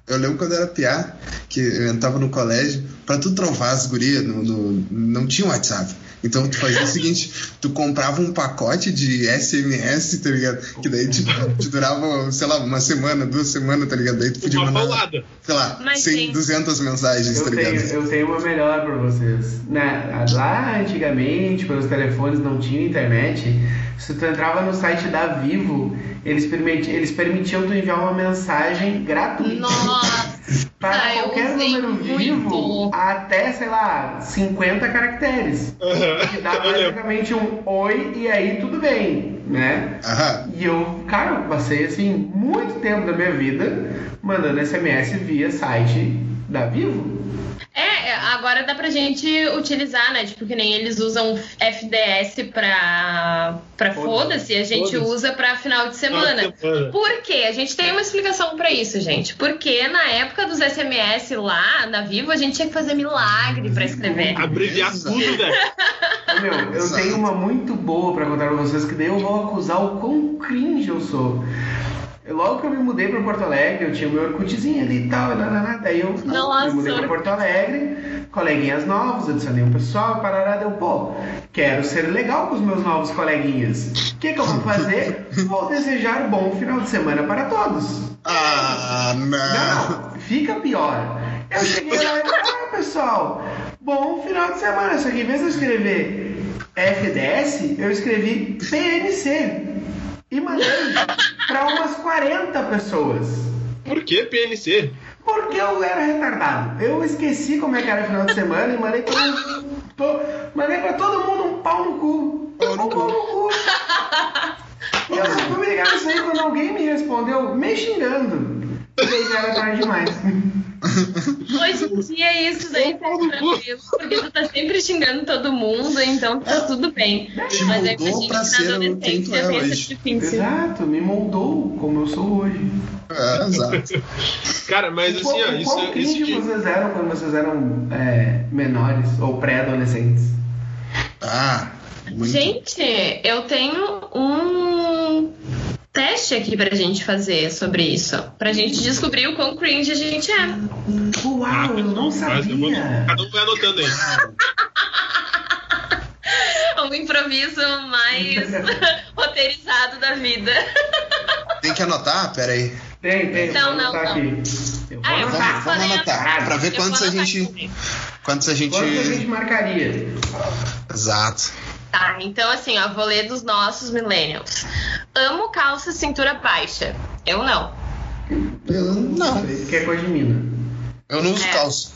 Speaker 3: Eu lembro quando eu era piá, que eu entrava no colégio, pra tu trovar as gurias, no, no- não tinha WhatsApp. Então tu fazia o seguinte, tu comprava um pacote de SMS, tá ligado? Que daí tipo, te durava, sei lá, uma semana, duas semanas, tá ligado? Daí tu podia
Speaker 1: Uma
Speaker 3: mandar,
Speaker 1: paulada.
Speaker 3: sei lá,
Speaker 5: Mas
Speaker 3: 100,
Speaker 5: tem-
Speaker 3: 200 mensagens, tá
Speaker 4: Eu
Speaker 3: ligado?
Speaker 4: tenho, eu tenho uma melhor pra vocês. Na- lá antigamente, quando os telefones não tinham internet, se tu entrava no site da Vivo, eles, permiti- eles permitiam tu enviar uma mensagem gratuita
Speaker 5: Nossa,
Speaker 4: para
Speaker 5: eu
Speaker 4: qualquer
Speaker 5: usei
Speaker 4: número
Speaker 5: muito.
Speaker 4: vivo até, sei lá, 50 caracteres. Que dá
Speaker 1: Eu lembro.
Speaker 4: basicamente um oi e aí tudo bem, né?
Speaker 3: Aham.
Speaker 4: E eu, cara, eu passei assim muito tempo da minha vida mandando SMS via site da Vivo.
Speaker 5: é, agora dá pra gente utilizar, né? Tipo, que nem eles usam FDS pra, pra foda-se, a gente
Speaker 1: Foda-se.
Speaker 5: usa pra final de semana. Por quê? A gente tem uma explicação pra isso, gente. Porque na época dos SMS lá, na Vivo, a gente tinha que fazer milagre pra escrever.
Speaker 1: Abreviar
Speaker 3: Beleza.
Speaker 1: tudo, velho.
Speaker 4: Ô, meu, eu
Speaker 3: Exato.
Speaker 4: tenho uma muito boa pra contar pra vocês, que daí eu vou acusar o quão cringe eu sou. Eu- Logo que eu me mudei pra Porto Alegre, eu tinha meu Orkutzinho ali e tal, e nananá, daí eu
Speaker 5: Nossa,
Speaker 4: me mudei pra Porto Alegre, coleguinhas novos, adicionei um pessoal, parará, deu, pô, quero ser legal com os meus novos coleguinhas. O que que eu vou fazer? Vou desejar um bom final de semana para todos.
Speaker 3: Ah, não.
Speaker 4: Não, fica pior. Eu cheguei lá e falei, ah, pessoal, bom final de semana. Só que em vez de eu escrever FDS, eu escrevi PNC. E mandei pra umas 40 pessoas.
Speaker 1: Por que PNC?
Speaker 4: Porque eu era retardado. Eu esqueci como é que era o final de semana e mandei pra, to- mandei pra todo mundo um pau no cu.
Speaker 3: Pau
Speaker 4: um
Speaker 3: no cu.
Speaker 4: pau no cu. E eu só fui me ligar isso aí quando alguém me respondeu, me xingando. E daí já era tarde demais.
Speaker 5: Hoje em dia isso daí tá tranquilo, porque tu tá sempre xingando todo mundo, então tá tudo bem.
Speaker 3: Te
Speaker 5: Mas eu
Speaker 3: moldou
Speaker 5: imagino
Speaker 3: pra
Speaker 5: que tá
Speaker 3: ser
Speaker 5: na
Speaker 3: quem
Speaker 5: adolescência
Speaker 3: tu é
Speaker 5: tem esse
Speaker 3: hoje.
Speaker 5: difícil.
Speaker 4: Exato, me moldou como eu sou hoje.
Speaker 3: É, exato.
Speaker 1: Cara, mas assim, ó,
Speaker 4: Qual-
Speaker 1: isso,
Speaker 4: qual
Speaker 1: isso
Speaker 4: cringe
Speaker 1: de-
Speaker 4: vocês eram quando vocês eram é, menores ou pré-adolescentes?
Speaker 3: Ah, muito.
Speaker 5: Gente, eu tenho um teste aqui pra gente fazer sobre isso. Pra gente descobrir o quão cringe a gente é.
Speaker 1: Ah,
Speaker 4: Uau, eu não
Speaker 1: mas eu vou-
Speaker 4: sabia.
Speaker 1: Cada um vai anotando aí.
Speaker 5: Um improviso mais roteirizado da vida.
Speaker 3: Tem que anotar? Pera aí.
Speaker 4: Tem, tem.
Speaker 5: Não,
Speaker 4: vou
Speaker 5: não,
Speaker 4: anotar
Speaker 5: não.
Speaker 4: Aqui. Eu vou
Speaker 5: Ah, eu
Speaker 4: anotar.
Speaker 5: faço,
Speaker 3: vamos
Speaker 5: né?
Speaker 3: anotar, Ah, pra ver
Speaker 5: Eu vou
Speaker 3: quantos a
Speaker 5: anotar
Speaker 3: gente-
Speaker 5: também.
Speaker 3: Quantos a gente.
Speaker 4: Quanto a gente marcaria?
Speaker 3: Exato.
Speaker 5: Tá, então assim, ó, vou ler dos nossos millennials. Amo calça cintura baixa. Eu não.
Speaker 3: Eu não.
Speaker 4: Isso que é coisa de mina.
Speaker 3: Eu não uso
Speaker 5: É.
Speaker 3: calça.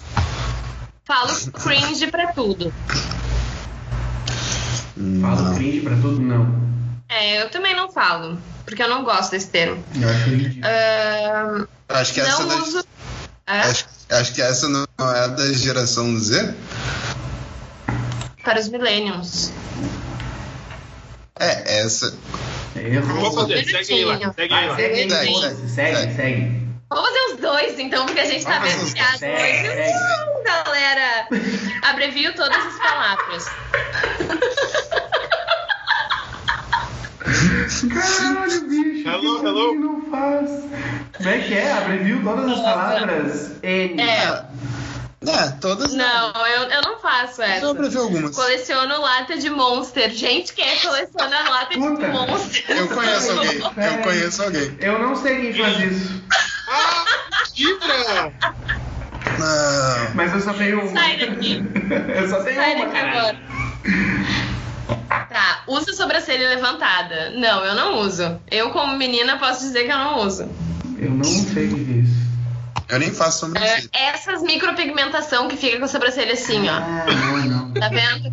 Speaker 5: Falo cringe pra tudo.
Speaker 4: Fala
Speaker 3: Não.
Speaker 4: cringe pra tudo, não.
Speaker 5: É, eu também não falo, porque eu não gosto desse termo.
Speaker 4: Eu acho ridículo.
Speaker 5: Ahn,
Speaker 3: Acho que essa
Speaker 5: não
Speaker 3: da-
Speaker 5: uso. É,
Speaker 3: acho, acho que essa não é da geração Z.
Speaker 5: para os millennials.
Speaker 3: É, essa.
Speaker 1: Eu Ah, vou
Speaker 4: Errou.
Speaker 1: fazer, segue aí lá. Segue aí lá.
Speaker 4: Segue,
Speaker 3: Segue,
Speaker 4: segue,
Speaker 3: segue.
Speaker 4: segue, segue.
Speaker 5: Vamos fazer os dois, então, porque a gente tá
Speaker 3: Vamos,
Speaker 5: abreviado
Speaker 4: segue,
Speaker 5: hoje.
Speaker 4: segue.
Speaker 5: Não, galera! Abrevio todas as palavras.
Speaker 4: Caralho, bicho.
Speaker 1: Hello,
Speaker 4: que
Speaker 1: hello.
Speaker 4: que Não faz. Como é que é? Abreviu todas as palavras. N.
Speaker 5: É,
Speaker 3: É, todas.
Speaker 5: não, eu, eu não faço
Speaker 3: Eu Só
Speaker 5: essa. é
Speaker 3: pra ver algumas.
Speaker 5: Coleciono lata de monster. Gente, quem é que coleciona lata de
Speaker 4: Puta.
Speaker 5: monster?
Speaker 3: Eu conheço alguém. Eu
Speaker 4: Sério.
Speaker 3: conheço alguém.
Speaker 4: Eu não sei quem faz isso,
Speaker 1: Ah, Tibra!
Speaker 3: Não.
Speaker 4: mas eu só tenho uma.
Speaker 5: Sai daqui.
Speaker 4: eu só tenho
Speaker 5: Sai
Speaker 4: uma.
Speaker 5: daqui
Speaker 4: caralho.
Speaker 5: agora. Tá, usa sobrancelha levantada. Não, eu não uso. Eu, como menina, posso dizer que eu não uso.
Speaker 4: Eu não sei quem fez isso.
Speaker 3: Eu nem faço
Speaker 5: É,
Speaker 3: sobrancelha.
Speaker 5: essas micropigmentação que fica com a sobrancelha assim, ó.
Speaker 4: Ah, não, não.
Speaker 5: Tá vendo?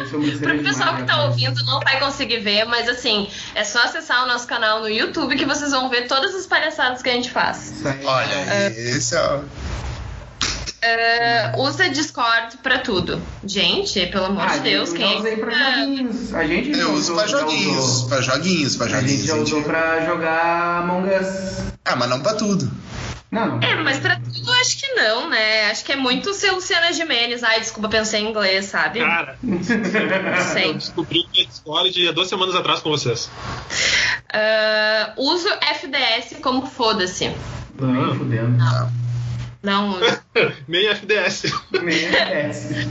Speaker 4: Eu sou muito
Speaker 5: Pro pessoal que tá
Speaker 4: demais,
Speaker 5: ouvindo não vai conseguir ver, mas assim, é só acessar o nosso canal no YouTube que vocês vão ver todas as palhaçadas que a gente faz.
Speaker 4: Isso aí.
Speaker 3: Olha, esse é o.
Speaker 5: É, usa Discord pra tudo. Gente, pelo amor
Speaker 4: Ah,
Speaker 5: de Deus,
Speaker 4: eu
Speaker 5: quem
Speaker 4: já usei pra
Speaker 5: Ah,
Speaker 4: joguinhos. A gente já
Speaker 3: Eu uso
Speaker 4: usou-
Speaker 3: pra
Speaker 4: já
Speaker 3: joguinhos.
Speaker 4: usou.
Speaker 3: Pra joguinhos, pra
Speaker 4: A gente
Speaker 3: joguinhos.
Speaker 4: já usou
Speaker 3: gente.
Speaker 4: pra jogar Among Us.
Speaker 3: Ah, mas não pra tudo.
Speaker 4: Não,
Speaker 5: É, mas pra tudo eu acho que não, né? Acho que é muito ser Luciana Gimenez. Ai, desculpa, pensei em inglês, sabe?
Speaker 4: Ah,
Speaker 1: Cara,
Speaker 5: Não sei.
Speaker 1: descobri o Discord há duas semanas atrás com vocês.
Speaker 5: Ah, uso FDS como foda-se.
Speaker 4: nem fudendo.
Speaker 5: Não uso.
Speaker 1: Meio FDS.
Speaker 4: Nem merece.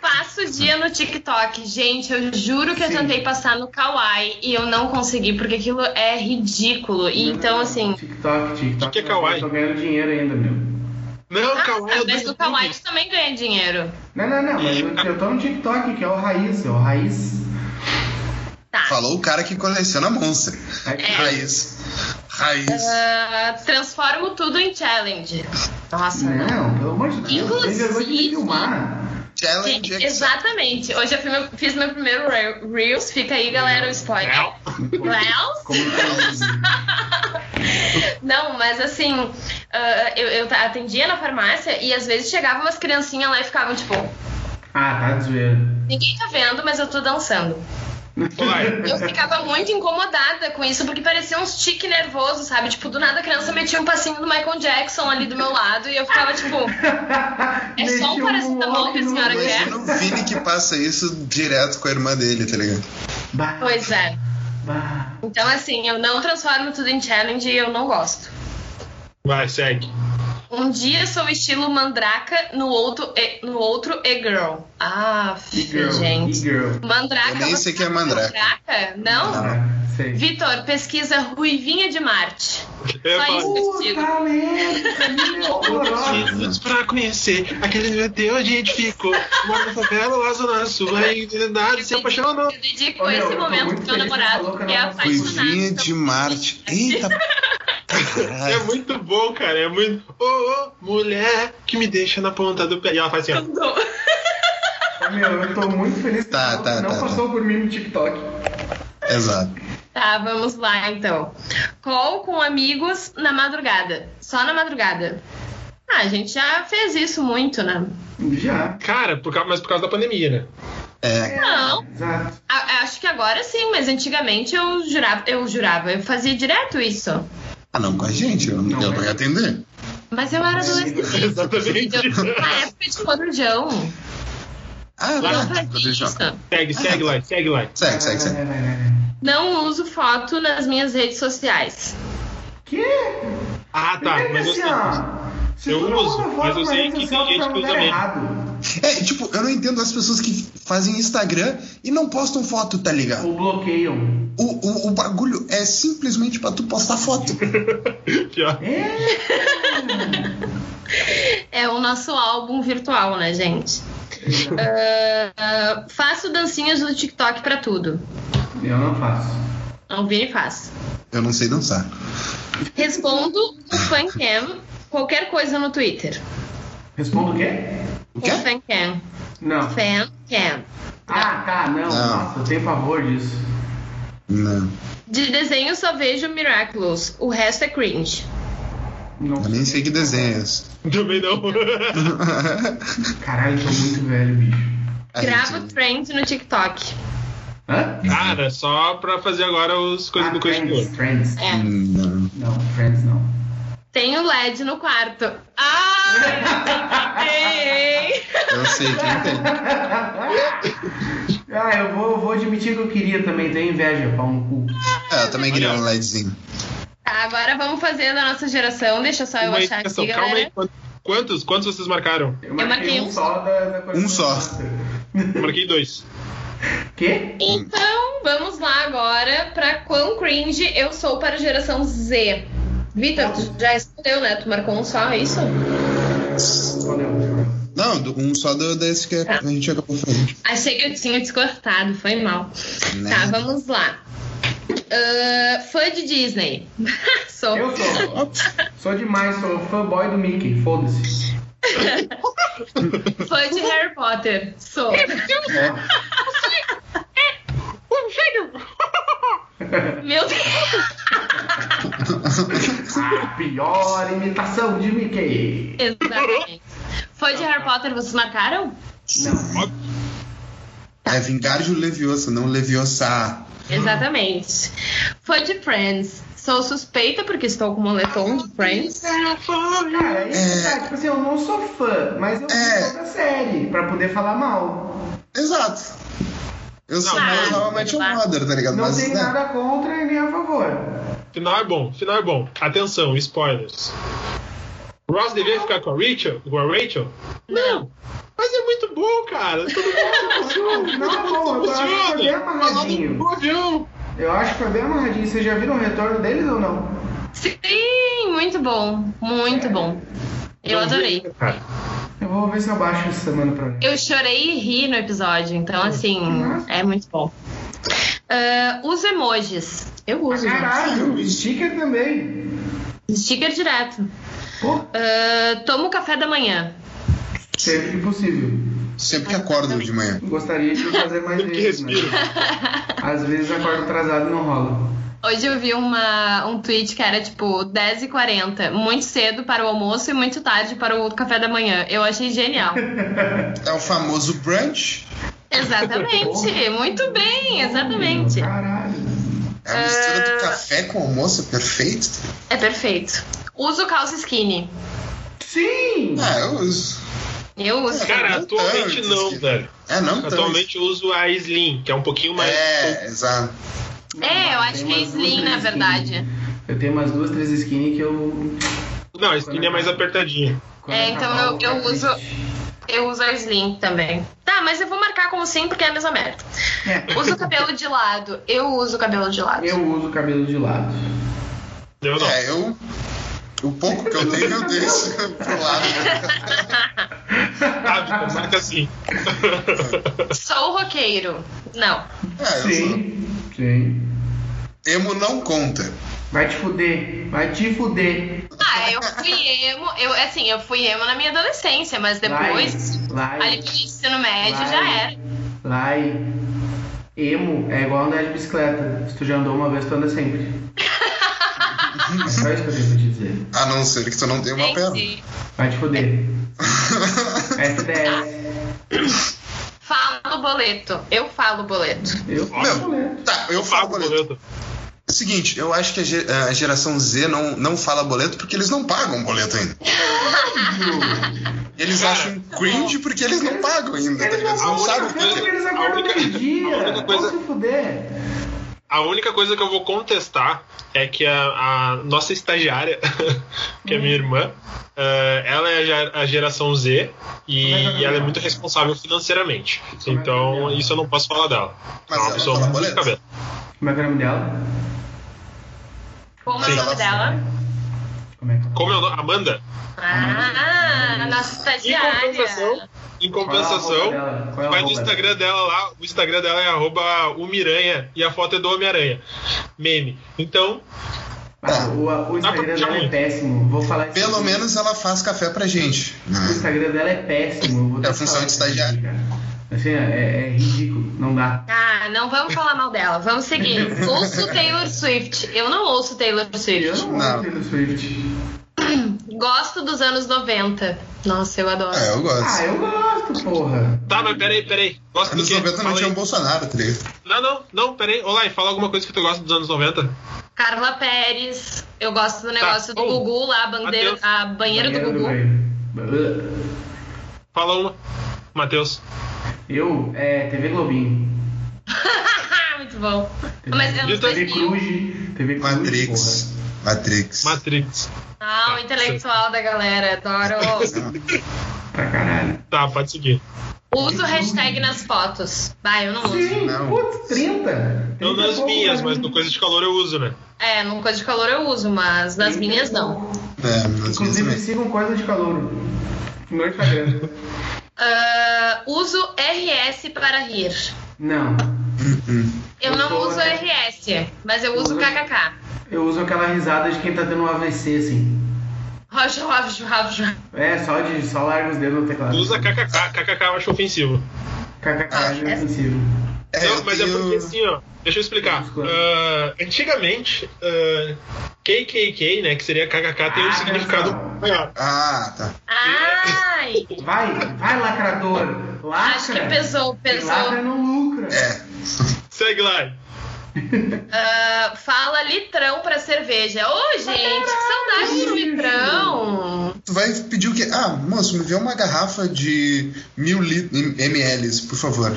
Speaker 5: Passo o dia no TikTok. Gente, eu juro que eu
Speaker 4: Sim.
Speaker 5: tentei passar no Kawaii e eu não consegui, porque aquilo é ridículo. E então, assim.
Speaker 4: TikTok, TikTok.
Speaker 1: O que é kawaii?
Speaker 4: Eu tô ganhando dinheiro ainda, meu.
Speaker 1: Não,
Speaker 5: Ah,
Speaker 1: Kawaii. eu
Speaker 5: mas
Speaker 1: dou
Speaker 5: no Kawaii
Speaker 1: tudo.
Speaker 5: tu também ganha dinheiro.
Speaker 4: Não, não, não, mas eu, eu tô no TikTok, que é o raiz, é o raiz.
Speaker 5: Tá.
Speaker 3: Falou o cara que coleciona monstro.
Speaker 4: É.
Speaker 3: Raiz. Raiz.
Speaker 5: Ah, transformo tudo em challenge. Nossa, não.
Speaker 4: né? Não, pelo amor de Deus.
Speaker 5: Inclusive-
Speaker 4: Tem vergonha de me filmar.
Speaker 3: Challenge.
Speaker 5: Que- exatamente. Hoje eu fiz meu, fiz meu primeiro Re- Reels. Fica aí, galera, o spoiler.
Speaker 1: Não. é
Speaker 5: Reels?
Speaker 4: Como que
Speaker 5: Não, mas assim, ah, eu, eu atendia na farmácia e às vezes chegavam umas criancinhas lá e ficavam tipo,
Speaker 4: Ah, tá de zoeira.
Speaker 5: ninguém tá vendo, mas eu tô dançando.
Speaker 1: Olá,
Speaker 5: Eu ficava muito incomodada com isso, porque parecia um tique nervoso, sabe? Tipo, do nada a criança metia um passinho do Michael Jackson ali do meu lado e eu ficava tipo, é só
Speaker 4: Meti
Speaker 5: um paracetamol que a
Speaker 4: no-
Speaker 5: senhora quer?
Speaker 3: Imagina o Vini que passa isso direto com a irmã dele, tá ligado?
Speaker 4: Bah,
Speaker 5: Pois é.
Speaker 4: bah.
Speaker 5: Então, assim, eu não transformo tudo em challenge e eu não gosto.
Speaker 1: vai, segue.
Speaker 5: Um dia sou estilo mandraca, no outro, e- no outro e-girl. Ah,
Speaker 4: E-girl,
Speaker 5: gente.
Speaker 4: e-girl.
Speaker 5: Mandraca.
Speaker 3: Eu nem
Speaker 5: você
Speaker 3: sei que é
Speaker 5: sabe
Speaker 3: mandraca.
Speaker 5: Não?
Speaker 4: Ah, sei.
Speaker 5: Vitor, pesquisa Ruivinha de Marte.
Speaker 1: Eu
Speaker 5: Só
Speaker 1: falo-
Speaker 5: isso. Vestido.
Speaker 4: Puta merda, menina horrorosa.
Speaker 1: Títulos pra conhecer aquele meteu a gente ficou mora na favela lá zona sul a identidade se apaixonou
Speaker 5: Eu dedico
Speaker 4: Olha,
Speaker 5: esse
Speaker 4: eu tô
Speaker 5: momento
Speaker 4: muito
Speaker 5: pro meu
Speaker 4: feliz que
Speaker 5: namorado,
Speaker 4: falou que eu
Speaker 5: que é
Speaker 4: não gosto.
Speaker 5: apaixonado.
Speaker 3: Ruivinha de Marte. Eita!
Speaker 1: é
Speaker 3: Caralho.
Speaker 1: muito bom cara é muito ô ô, mulher que me deixa na ponta do pé e ela faz assim ó.
Speaker 4: Meu, eu tô muito feliz que
Speaker 3: Tá,
Speaker 4: você
Speaker 3: tá,
Speaker 4: não
Speaker 3: tá,
Speaker 4: passou por mim no TikTok.
Speaker 3: Exato.
Speaker 5: Tá, vamos lá então. Call com amigos na madrugada. Só na madrugada. Ah, a gente já fez isso muito, né?
Speaker 4: Já.
Speaker 1: cara por causa, mas por causa da pandemia né
Speaker 3: É.
Speaker 5: Não.
Speaker 4: Exato.
Speaker 5: A- acho que agora sim, mas antigamente eu jurava, eu jurava, eu fazia direto isso.
Speaker 3: Ah, não, com a gente. Eu não,
Speaker 4: Não,
Speaker 3: eu não
Speaker 4: mas-
Speaker 3: ia atender.
Speaker 5: Mas eu era adolescente.
Speaker 1: Exatamente.
Speaker 5: entendeu? Na época de corujão.
Speaker 3: Ah,
Speaker 5: Eu não
Speaker 3: tá.
Speaker 5: fazia isso.
Speaker 1: segue segue lá segue lá
Speaker 3: Segue, segue, segue.
Speaker 4: Vai, vai, vai, vai.
Speaker 5: Não uso foto nas minhas redes sociais.
Speaker 4: Que?
Speaker 1: ah tá
Speaker 4: Primeiro
Speaker 1: mas
Speaker 4: que
Speaker 1: eu
Speaker 4: assim,
Speaker 1: sei
Speaker 4: ó, se
Speaker 1: Eu
Speaker 4: tu não
Speaker 1: uso,
Speaker 4: manda foto
Speaker 1: mas eu
Speaker 4: pra
Speaker 1: sei
Speaker 4: rede
Speaker 1: que
Speaker 4: social,
Speaker 1: tem
Speaker 4: tu tá
Speaker 1: gente
Speaker 4: no
Speaker 1: que usa
Speaker 4: lugar
Speaker 1: mesmo.
Speaker 4: errado.
Speaker 3: É, tipo, eu não entendo as pessoas que fazem Instagram e não postam foto, tá ligado?
Speaker 4: Ou bloqueiam.
Speaker 3: O, o, o bagulho é simplesmente pra tu postar foto.
Speaker 1: Pior.
Speaker 4: É,
Speaker 5: É o nosso álbum virtual, né, gente? Ah, faço dancinhas do TikTok pra tudo.
Speaker 4: eu não faço.
Speaker 5: Não Vini faz.
Speaker 3: Eu não sei dançar.
Speaker 5: Respondo o fancam, qualquer coisa no Twitter.
Speaker 4: Respondo o quê?
Speaker 3: O
Speaker 5: O
Speaker 3: quê?
Speaker 5: fancam.
Speaker 4: Não.
Speaker 5: Fancam.
Speaker 4: Ah, tá, não.
Speaker 3: Não.
Speaker 4: Nossa, eu tenho favor disso.
Speaker 3: Não.
Speaker 5: De desenho só vejo Miraculous, o resto é cringe.
Speaker 4: Não.
Speaker 3: Eu nem sei que desenho é esse.
Speaker 1: também não
Speaker 4: Caralho, eu tô muito velho, bicho.
Speaker 3: Ai,
Speaker 5: Gravo
Speaker 3: gente.
Speaker 5: trend no TikTok.
Speaker 4: Hã?
Speaker 1: cara só pra fazer agora os coisas
Speaker 4: Ah,
Speaker 1: do coisa de
Speaker 4: Friends,
Speaker 1: ouro
Speaker 4: Friends.
Speaker 5: É.
Speaker 3: Não.
Speaker 4: Não, Friends não.
Speaker 5: Tenho LED no quarto. Ah! Ei!
Speaker 3: Eu sei quem tem.
Speaker 4: Ah, eu vou, eu vou admitir que eu queria também, tenho inveja, pau no cu.
Speaker 3: Ah, eu também queria um LEDzinho.
Speaker 5: Tá, agora vamos fazer da nossa geração. Deixa só eu
Speaker 1: Uma
Speaker 5: achar
Speaker 1: indicação.
Speaker 5: aqui,
Speaker 1: calma aí
Speaker 5: galera.
Speaker 1: quant- quantos quantos vocês marcaram
Speaker 4: Eu
Speaker 5: marquei um
Speaker 4: só da, da coisa
Speaker 3: Um
Speaker 4: da
Speaker 3: só.
Speaker 4: master.
Speaker 1: marquei dois
Speaker 4: Quê?
Speaker 5: Então, vamos lá agora pra quão cringe eu sou para a geração Z. Vitor, tu já respondeu, né? Tu marcou um só, é isso?
Speaker 4: Olha,
Speaker 3: Não, do- um só do, desse que
Speaker 5: Tá.
Speaker 3: a gente acabou frente.
Speaker 5: Achei que eu tinha descortado, foi mal.
Speaker 3: Né?
Speaker 5: Tá, vamos lá. Ah, fã de Disney. sou.
Speaker 4: Eu sou. sou demais, sou fanboy do Mickey, foda-se.
Speaker 5: Fã de Harry Potter. Sou.
Speaker 4: Não.
Speaker 5: Meu Deus.
Speaker 4: É A pior imitação de Mickey.
Speaker 5: Exatamente. Fã de Harry Potter, vocês marcaram?
Speaker 4: Não.
Speaker 3: É Vingardio Leviosa, não Leviosa.
Speaker 5: Exatamente. Fã de Friends. Sou suspeita porque estou com um moletom de Friends.
Speaker 4: Cara, isso, tá, tipo assim, eu não sou fã, mas eu
Speaker 3: É.
Speaker 4: sou da série, pra poder falar mal.
Speaker 3: Exato. Eu sou
Speaker 1: Não,
Speaker 3: mais
Speaker 5: mas-
Speaker 3: novamente o Mother, tá ligado?
Speaker 4: Não
Speaker 3: Mas,
Speaker 4: tenho
Speaker 3: né?
Speaker 4: nada contra e nem a favor.
Speaker 1: Final é bom, final é bom. Atenção, spoilers. Ross deveria ficar com a Rachel? Com a Rachel?
Speaker 5: Não.
Speaker 1: Mas é muito bom, cara. Todo mundo
Speaker 4: Não, é bom, eu acho que foi bem
Speaker 1: funciona. Falando
Speaker 4: amarradinho.
Speaker 1: do avião.
Speaker 4: Eu acho que foi bem amarradinho. Vocês já viram o retorno deles ou não?
Speaker 5: Sim, muito bom. Muito bom.
Speaker 1: Então,
Speaker 5: Eu adorei.
Speaker 1: Cara,
Speaker 4: Eu vou ver se eu baixo essa semana pra mim.
Speaker 5: Eu chorei e ri no episódio, então assim, é muito bom. Ah, uso emojis. Eu uso, né?
Speaker 4: Caralho, sticker também.
Speaker 5: gente. Sticker direto.
Speaker 4: Pô,
Speaker 5: Ah, tomo café da manhã.
Speaker 4: sempre que possível.
Speaker 3: sempre que acordo de manhã.
Speaker 4: Gostaria de fazer mais
Speaker 1: Sempre que
Speaker 4: vezes, né?
Speaker 1: respiro.
Speaker 4: Às vezes acordo atrasado e não rola.
Speaker 5: Hoje eu vi uma, um tweet que era tipo 10h40, muito cedo para o almoço e muito tarde para o café da manhã. Eu achei genial.
Speaker 3: É o famoso brunch.
Speaker 5: exatamente, muito bem, exatamente.
Speaker 4: Caralho.
Speaker 3: É a mistura
Speaker 5: Ah.
Speaker 3: do café com o almoço, perfeito.
Speaker 5: É perfeito. Uso calça skinny.
Speaker 4: Sim!
Speaker 3: Ah, eu uso.
Speaker 5: Eu uso.
Speaker 1: Cara,
Speaker 3: Não
Speaker 1: atualmente
Speaker 3: tanto,
Speaker 1: não,
Speaker 3: que-
Speaker 1: velho.
Speaker 3: É, não tanto.
Speaker 1: Atualmente eu uso a Slim, que é um pouquinho mais.
Speaker 3: É, exato.
Speaker 5: É, eu
Speaker 4: Tem
Speaker 5: acho que é
Speaker 4: umas duas,
Speaker 5: slim,
Speaker 4: três
Speaker 5: na verdade.
Speaker 4: skinny. Eu tenho umas duas, três skins que eu.
Speaker 1: Não, a Slim é mais apertadinha.
Speaker 4: quando
Speaker 5: É, então
Speaker 4: acabar
Speaker 5: eu-
Speaker 4: o
Speaker 5: eu
Speaker 4: café-
Speaker 5: uso- Eu uso a slim também. Tá, mas eu vou marcar como sim porque é a mesma merda.
Speaker 4: É,
Speaker 5: Uso o cabelo de lado. Eu uso o cabelo de lado.
Speaker 4: eu uso o cabelo de lado.
Speaker 1: Eu não.
Speaker 3: É, eu. O pouco que eu tenho, eu deixo pro lado.
Speaker 1: Sabe? Saca assim.
Speaker 5: Sou roqueiro. Não.
Speaker 3: É, eu sou.
Speaker 4: Sim, sim.
Speaker 3: Emo não conta.
Speaker 4: Vai te fuder, vai te fuder.
Speaker 5: Ah, eu fui emo. Eu, assim, eu fui emo na minha adolescência, mas depois,
Speaker 4: Vai, vai,
Speaker 5: ali pro ensino médio,
Speaker 4: Vai.
Speaker 5: já era.
Speaker 4: vai. Emo é igual andar de bicicleta. Se tu já andou uma vez, tu anda sempre. é só isso que eu tenho pra te dizer.
Speaker 3: A não ser que tu não tenha uma perna.
Speaker 5: Gente,
Speaker 4: Vai te fuder.
Speaker 5: É.
Speaker 4: FDS.
Speaker 5: falo boleto. Eu falo boleto.
Speaker 4: Eu
Speaker 3: Meu, tá, eu falo
Speaker 1: Pago o
Speaker 3: boleto. É
Speaker 1: boleto.
Speaker 3: Seguinte, eu acho que a ge- a geração Z não, não fala boleto porque eles não pagam boleto ainda. Eles
Speaker 1: Cara,
Speaker 3: acham cringe porque eles não pagam ainda. tá
Speaker 4: Eles
Speaker 3: ligado? Eles
Speaker 4: não
Speaker 3: um não
Speaker 4: vão
Speaker 3: sabem o
Speaker 4: saber
Speaker 1: coisa-
Speaker 4: porque
Speaker 3: que
Speaker 4: eles
Speaker 1: a
Speaker 4: acordam
Speaker 1: única- a
Speaker 4: meio-dia.
Speaker 1: única
Speaker 4: Vão
Speaker 1: coisa-
Speaker 4: se fuder.
Speaker 1: A única coisa que eu vou contestar é que a, a nossa estagiária, que é minha irmã, eh, ela é a ge- a geração Z e
Speaker 4: Hum. Como é que é o nome
Speaker 1: ela é
Speaker 4: dela?
Speaker 1: muito responsável financeiramente.
Speaker 4: Como é que é o nome
Speaker 1: Então,
Speaker 4: dela?
Speaker 1: isso eu não posso falar dela.
Speaker 3: Mas
Speaker 1: é uma
Speaker 3: ela
Speaker 1: pessoa
Speaker 3: fala
Speaker 1: muito
Speaker 3: boleto?
Speaker 1: cabelo.
Speaker 4: Como é que é o nome dela?
Speaker 5: Como é
Speaker 1: Sim.
Speaker 5: o nome dela?
Speaker 4: Como é que é? o nome?
Speaker 1: Como é o nome? Amanda?
Speaker 5: Ah, nossa
Speaker 1: Em compensação,
Speaker 5: estagiária.
Speaker 1: em
Speaker 4: Qual é a
Speaker 1: compensação,
Speaker 3: Ah,
Speaker 4: roupa dela? Qual é a
Speaker 1: vai no
Speaker 4: roupa
Speaker 1: Instagram dela lá, o Instagram dela é arroba o Miranha e a foto é do Homem-Aranha. Meme. Então,
Speaker 4: Ah, o, o
Speaker 1: Dá pra
Speaker 4: Instagram
Speaker 1: puxar
Speaker 4: dela é
Speaker 1: muito.
Speaker 4: péssimo. Vou falar isso
Speaker 3: Pelo
Speaker 4: aqui. assim,
Speaker 3: menos ela faz café pra gente. né?
Speaker 4: O Instagram dela é péssimo. eu vou ter
Speaker 3: É a
Speaker 4: que
Speaker 3: função
Speaker 4: falar
Speaker 3: de
Speaker 4: isso aqui,
Speaker 3: estagiário.
Speaker 4: cara. Assim, ó, é, é ridículo. Não dá.
Speaker 5: Ah, não vamos falar mal dela. Vamos seguir. Ouço Taylor Swift. Eu não ouço Taylor
Speaker 4: Eu
Speaker 5: Swift.
Speaker 4: não,
Speaker 3: Não.
Speaker 4: gosto do Swift.
Speaker 5: Gosto dos anos 90. Nossa, eu adoro.
Speaker 3: Ah, eu
Speaker 4: Ah,
Speaker 3: gosto.
Speaker 4: eu gosto, porra.
Speaker 1: tá, mas peraí, peraí. Gosta do
Speaker 3: Anos
Speaker 1: quê?
Speaker 3: 90 não
Speaker 1: Fala
Speaker 3: tinha o
Speaker 1: aí.
Speaker 3: Bolsonaro, tá ligado?
Speaker 1: Não, não, não, peraí. Olá, e fala alguma coisa que tu gosta dos anos 90.
Speaker 5: Carla Pérez. Eu gosto do negócio do
Speaker 1: Oh.
Speaker 5: Gugu lá, a, bandeira,
Speaker 1: Adeus.
Speaker 5: a banheira do Gugu.
Speaker 4: banheiro.
Speaker 1: Fala uma. Matheus.
Speaker 4: Eu, é, TV Globinho.
Speaker 5: Ah, Muito bom. Mas anos
Speaker 1: Vitor
Speaker 4: TV
Speaker 5: 2000.
Speaker 4: Cruz. TV Cruz,
Speaker 3: Matrix.
Speaker 4: porra.
Speaker 3: Matrix.
Speaker 1: Matrix. Tá.
Speaker 5: Ah, o intelectual da galera. Adoro.
Speaker 4: Pra caralho.
Speaker 1: Tá, pode seguir.
Speaker 5: Uso hashtag nas fotos. Vai, eu não uso.
Speaker 4: Sim,
Speaker 3: Não.
Speaker 4: putz, 30.
Speaker 1: Não
Speaker 4: 30
Speaker 1: nas
Speaker 4: é pouco,
Speaker 1: minhas,
Speaker 4: né?
Speaker 1: mas no coisa de calor eu uso, né?
Speaker 5: É, no coisa de calor eu uso, mas nas minhas não.
Speaker 3: É, mas mesmo
Speaker 4: Inclusive,
Speaker 3: assim.
Speaker 4: sigam coisa de calor. No meu Instagram.
Speaker 5: Ah, uso RS para rir.
Speaker 4: Não.
Speaker 3: Uhum.
Speaker 5: Eu
Speaker 4: Eu
Speaker 5: não
Speaker 4: sou-
Speaker 5: uso RS, mas eu uso
Speaker 4: Usa-
Speaker 5: KKK.
Speaker 4: Eu uso aquela risada de quem tá tendo um AVC, assim.
Speaker 5: Rocha, rocha, rocha.
Speaker 4: É, só, de, só larga os dedos no teclado.
Speaker 1: Tu usa KKK. KKK eu acho ofensivo.
Speaker 5: Ah,
Speaker 4: KKK, é ofensivo.
Speaker 3: É,
Speaker 1: não,
Speaker 3: eu
Speaker 1: mas é
Speaker 3: tenho-
Speaker 1: porque assim, ó. Deixa eu explicar.
Speaker 4: Desculpa.
Speaker 1: Ah, antigamente, ah, KKK, né, que seria KKK, tem um
Speaker 4: Ah,
Speaker 1: significado
Speaker 4: não.
Speaker 1: maior.
Speaker 3: Ah, tá.
Speaker 5: Ai!
Speaker 4: Vai, vai, lacrador. Lacra.
Speaker 5: Acho que pesou,
Speaker 4: Quem
Speaker 5: pesou.
Speaker 4: Lacra não lucra.
Speaker 3: É.
Speaker 1: Segue lá.
Speaker 5: Ah, fala litrão pra cerveja. Ô, gente, que saudade de litrão!
Speaker 3: Tu vai pedir o quê? Ah, moço, me vê uma garrafa de mil lit- ml, por favor.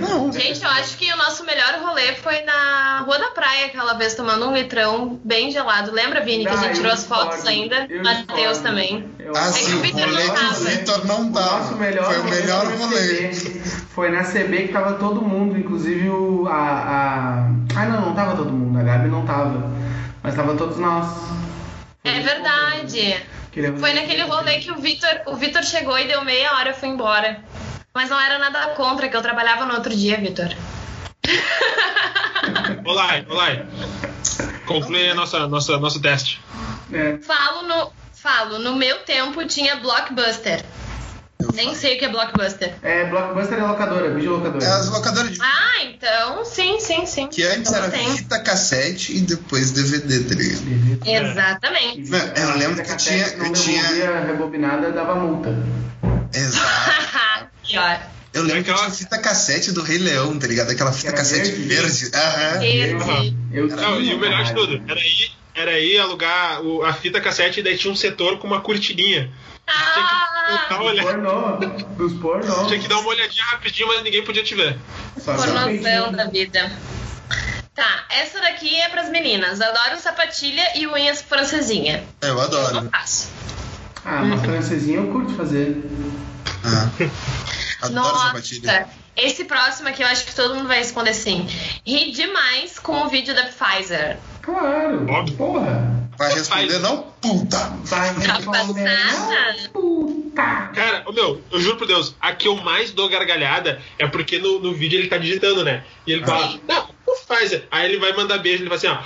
Speaker 3: Não.
Speaker 5: Gente, eu acho que o nosso melhor rolê foi na Rua da Praia, aquela vez, tomando um litrão bem gelado. Lembra, Vini, que a
Speaker 4: Ah,
Speaker 5: gente
Speaker 4: eu
Speaker 5: tirou as
Speaker 4: discordo.
Speaker 5: fotos ainda?
Speaker 4: Eu
Speaker 5: Matheus
Speaker 4: discordo.
Speaker 5: também.
Speaker 4: Eu
Speaker 3: Ah,
Speaker 4: acho
Speaker 5: que
Speaker 3: sim,
Speaker 5: o
Speaker 3: o
Speaker 5: Vitor não
Speaker 3: rolê que o
Speaker 5: tava.
Speaker 3: Vitor não
Speaker 4: O
Speaker 3: tava.
Speaker 4: nosso melhor
Speaker 3: Foi o
Speaker 4: rolê
Speaker 3: melhor
Speaker 4: foi na
Speaker 3: rolê.
Speaker 4: CB. Foi na CB que tava todo mundo, inclusive o. A, a... Ah, não, não tava todo mundo. A Gabi não tava. Mas tava todos nós.
Speaker 5: É verdade.
Speaker 4: Queria- um
Speaker 5: Foi naquele rolê que o Vitor o Vitor chegou e deu meia hora e foi embora. Mas não era nada contra, que eu trabalhava no outro dia, Vitor.
Speaker 1: Olá, olá. Conclui a nossa, nossa, nosso teste.
Speaker 4: É.
Speaker 5: Falo no, falo, no meu tempo tinha Blockbuster.
Speaker 3: Eu
Speaker 5: Nem sei o que é blockbuster.
Speaker 4: É, Blockbuster é locadora, videolocadora.
Speaker 3: É as locadoras de.
Speaker 5: Ah, então sim, sim, sim.
Speaker 3: Que antes
Speaker 5: Então
Speaker 3: era
Speaker 5: tem.
Speaker 3: fita cassete e depois DVD, tá ligado?
Speaker 4: DVD.
Speaker 5: Exatamente.
Speaker 4: E
Speaker 3: Não, eu lembro que eu
Speaker 4: cassete
Speaker 3: tinha-
Speaker 4: Não
Speaker 3: eu tinha-
Speaker 4: devolvia rebobinada, dava multa.
Speaker 3: Exato.
Speaker 5: Pior.
Speaker 3: Eu lembro que
Speaker 1: Aquela-
Speaker 3: tinha fita cassete do Rei Leão, tá ligado? Aquela fita
Speaker 4: Era
Speaker 3: cassete
Speaker 4: verde.
Speaker 3: verde. Aham.
Speaker 5: Esse.
Speaker 4: Eu
Speaker 1: Não, e
Speaker 4: tinha,
Speaker 1: o melhor de
Speaker 4: caralho.
Speaker 1: tudo, era aí, era ir alugar o- a fita cassete e daí tinha um setor com uma cortininha. Tinha que, dar
Speaker 5: Ah,
Speaker 1: uma olhada-
Speaker 4: Pornô, dos pornô.
Speaker 1: tinha que dar uma olhadinha rapidinho, mas ninguém podia te ver.
Speaker 4: Só se eu
Speaker 5: pornozão
Speaker 4: peguei.
Speaker 5: da vida. Tá, essa daqui é pras meninas. Adoro sapatilha e unhas francesinha. Então,
Speaker 3: Eu adoro.
Speaker 5: Não faço.
Speaker 4: Ah, uma francesinha eu curto fazer.
Speaker 3: Ah. Adoro essa
Speaker 5: Nossa,
Speaker 3: batida.
Speaker 5: esse próximo aqui eu acho que todo mundo vai responder sim. Ri demais com o vídeo da Pfizer.
Speaker 4: Claro.
Speaker 1: Óbvio.
Speaker 4: Porra.
Speaker 3: Vai responder, não? Puta!
Speaker 4: Vai
Speaker 5: Tá passada?
Speaker 4: recomendar. Puta.
Speaker 1: Cara, ô meu, eu juro por Deus, a que eu mais dou gargalhada é porque no, no vídeo ele tá digitando, né? E ele
Speaker 4: Ah.
Speaker 1: fala, não, o Pfizer. Aí ele vai mandar beijo, ele vai assim, ó.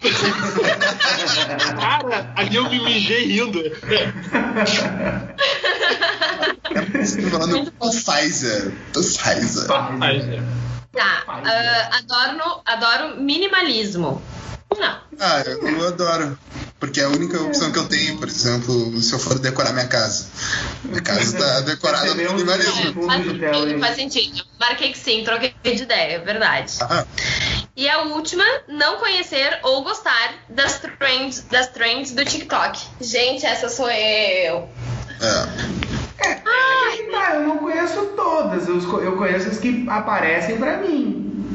Speaker 1: Cara, ali eu me mijei rindo.
Speaker 3: Você tá falando com Pfizer. Pfizer.
Speaker 1: Pfizer.
Speaker 5: Tá. ah, adoro, adoro minimalismo. Não.
Speaker 3: Ah, eu, eu adoro. Porque é a única opção que eu tenho, por exemplo, se eu for decorar minha casa. Minha casa tá decorada no
Speaker 4: Recebeu um
Speaker 3: minimalismo.
Speaker 4: fundo
Speaker 5: Faz
Speaker 4: de tela,
Speaker 5: sentido,
Speaker 4: hein?
Speaker 5: faz sentido. Marquei que sim, troquei de ideia, é verdade.
Speaker 3: Ah,
Speaker 5: E a última, não conhecer ou gostar das trends, das trends do TikTok. Gente, essa sou eu.
Speaker 3: é.
Speaker 4: Aí que tá, eu não conheço todas, eu, esco- eu conheço as que aparecem pra mim.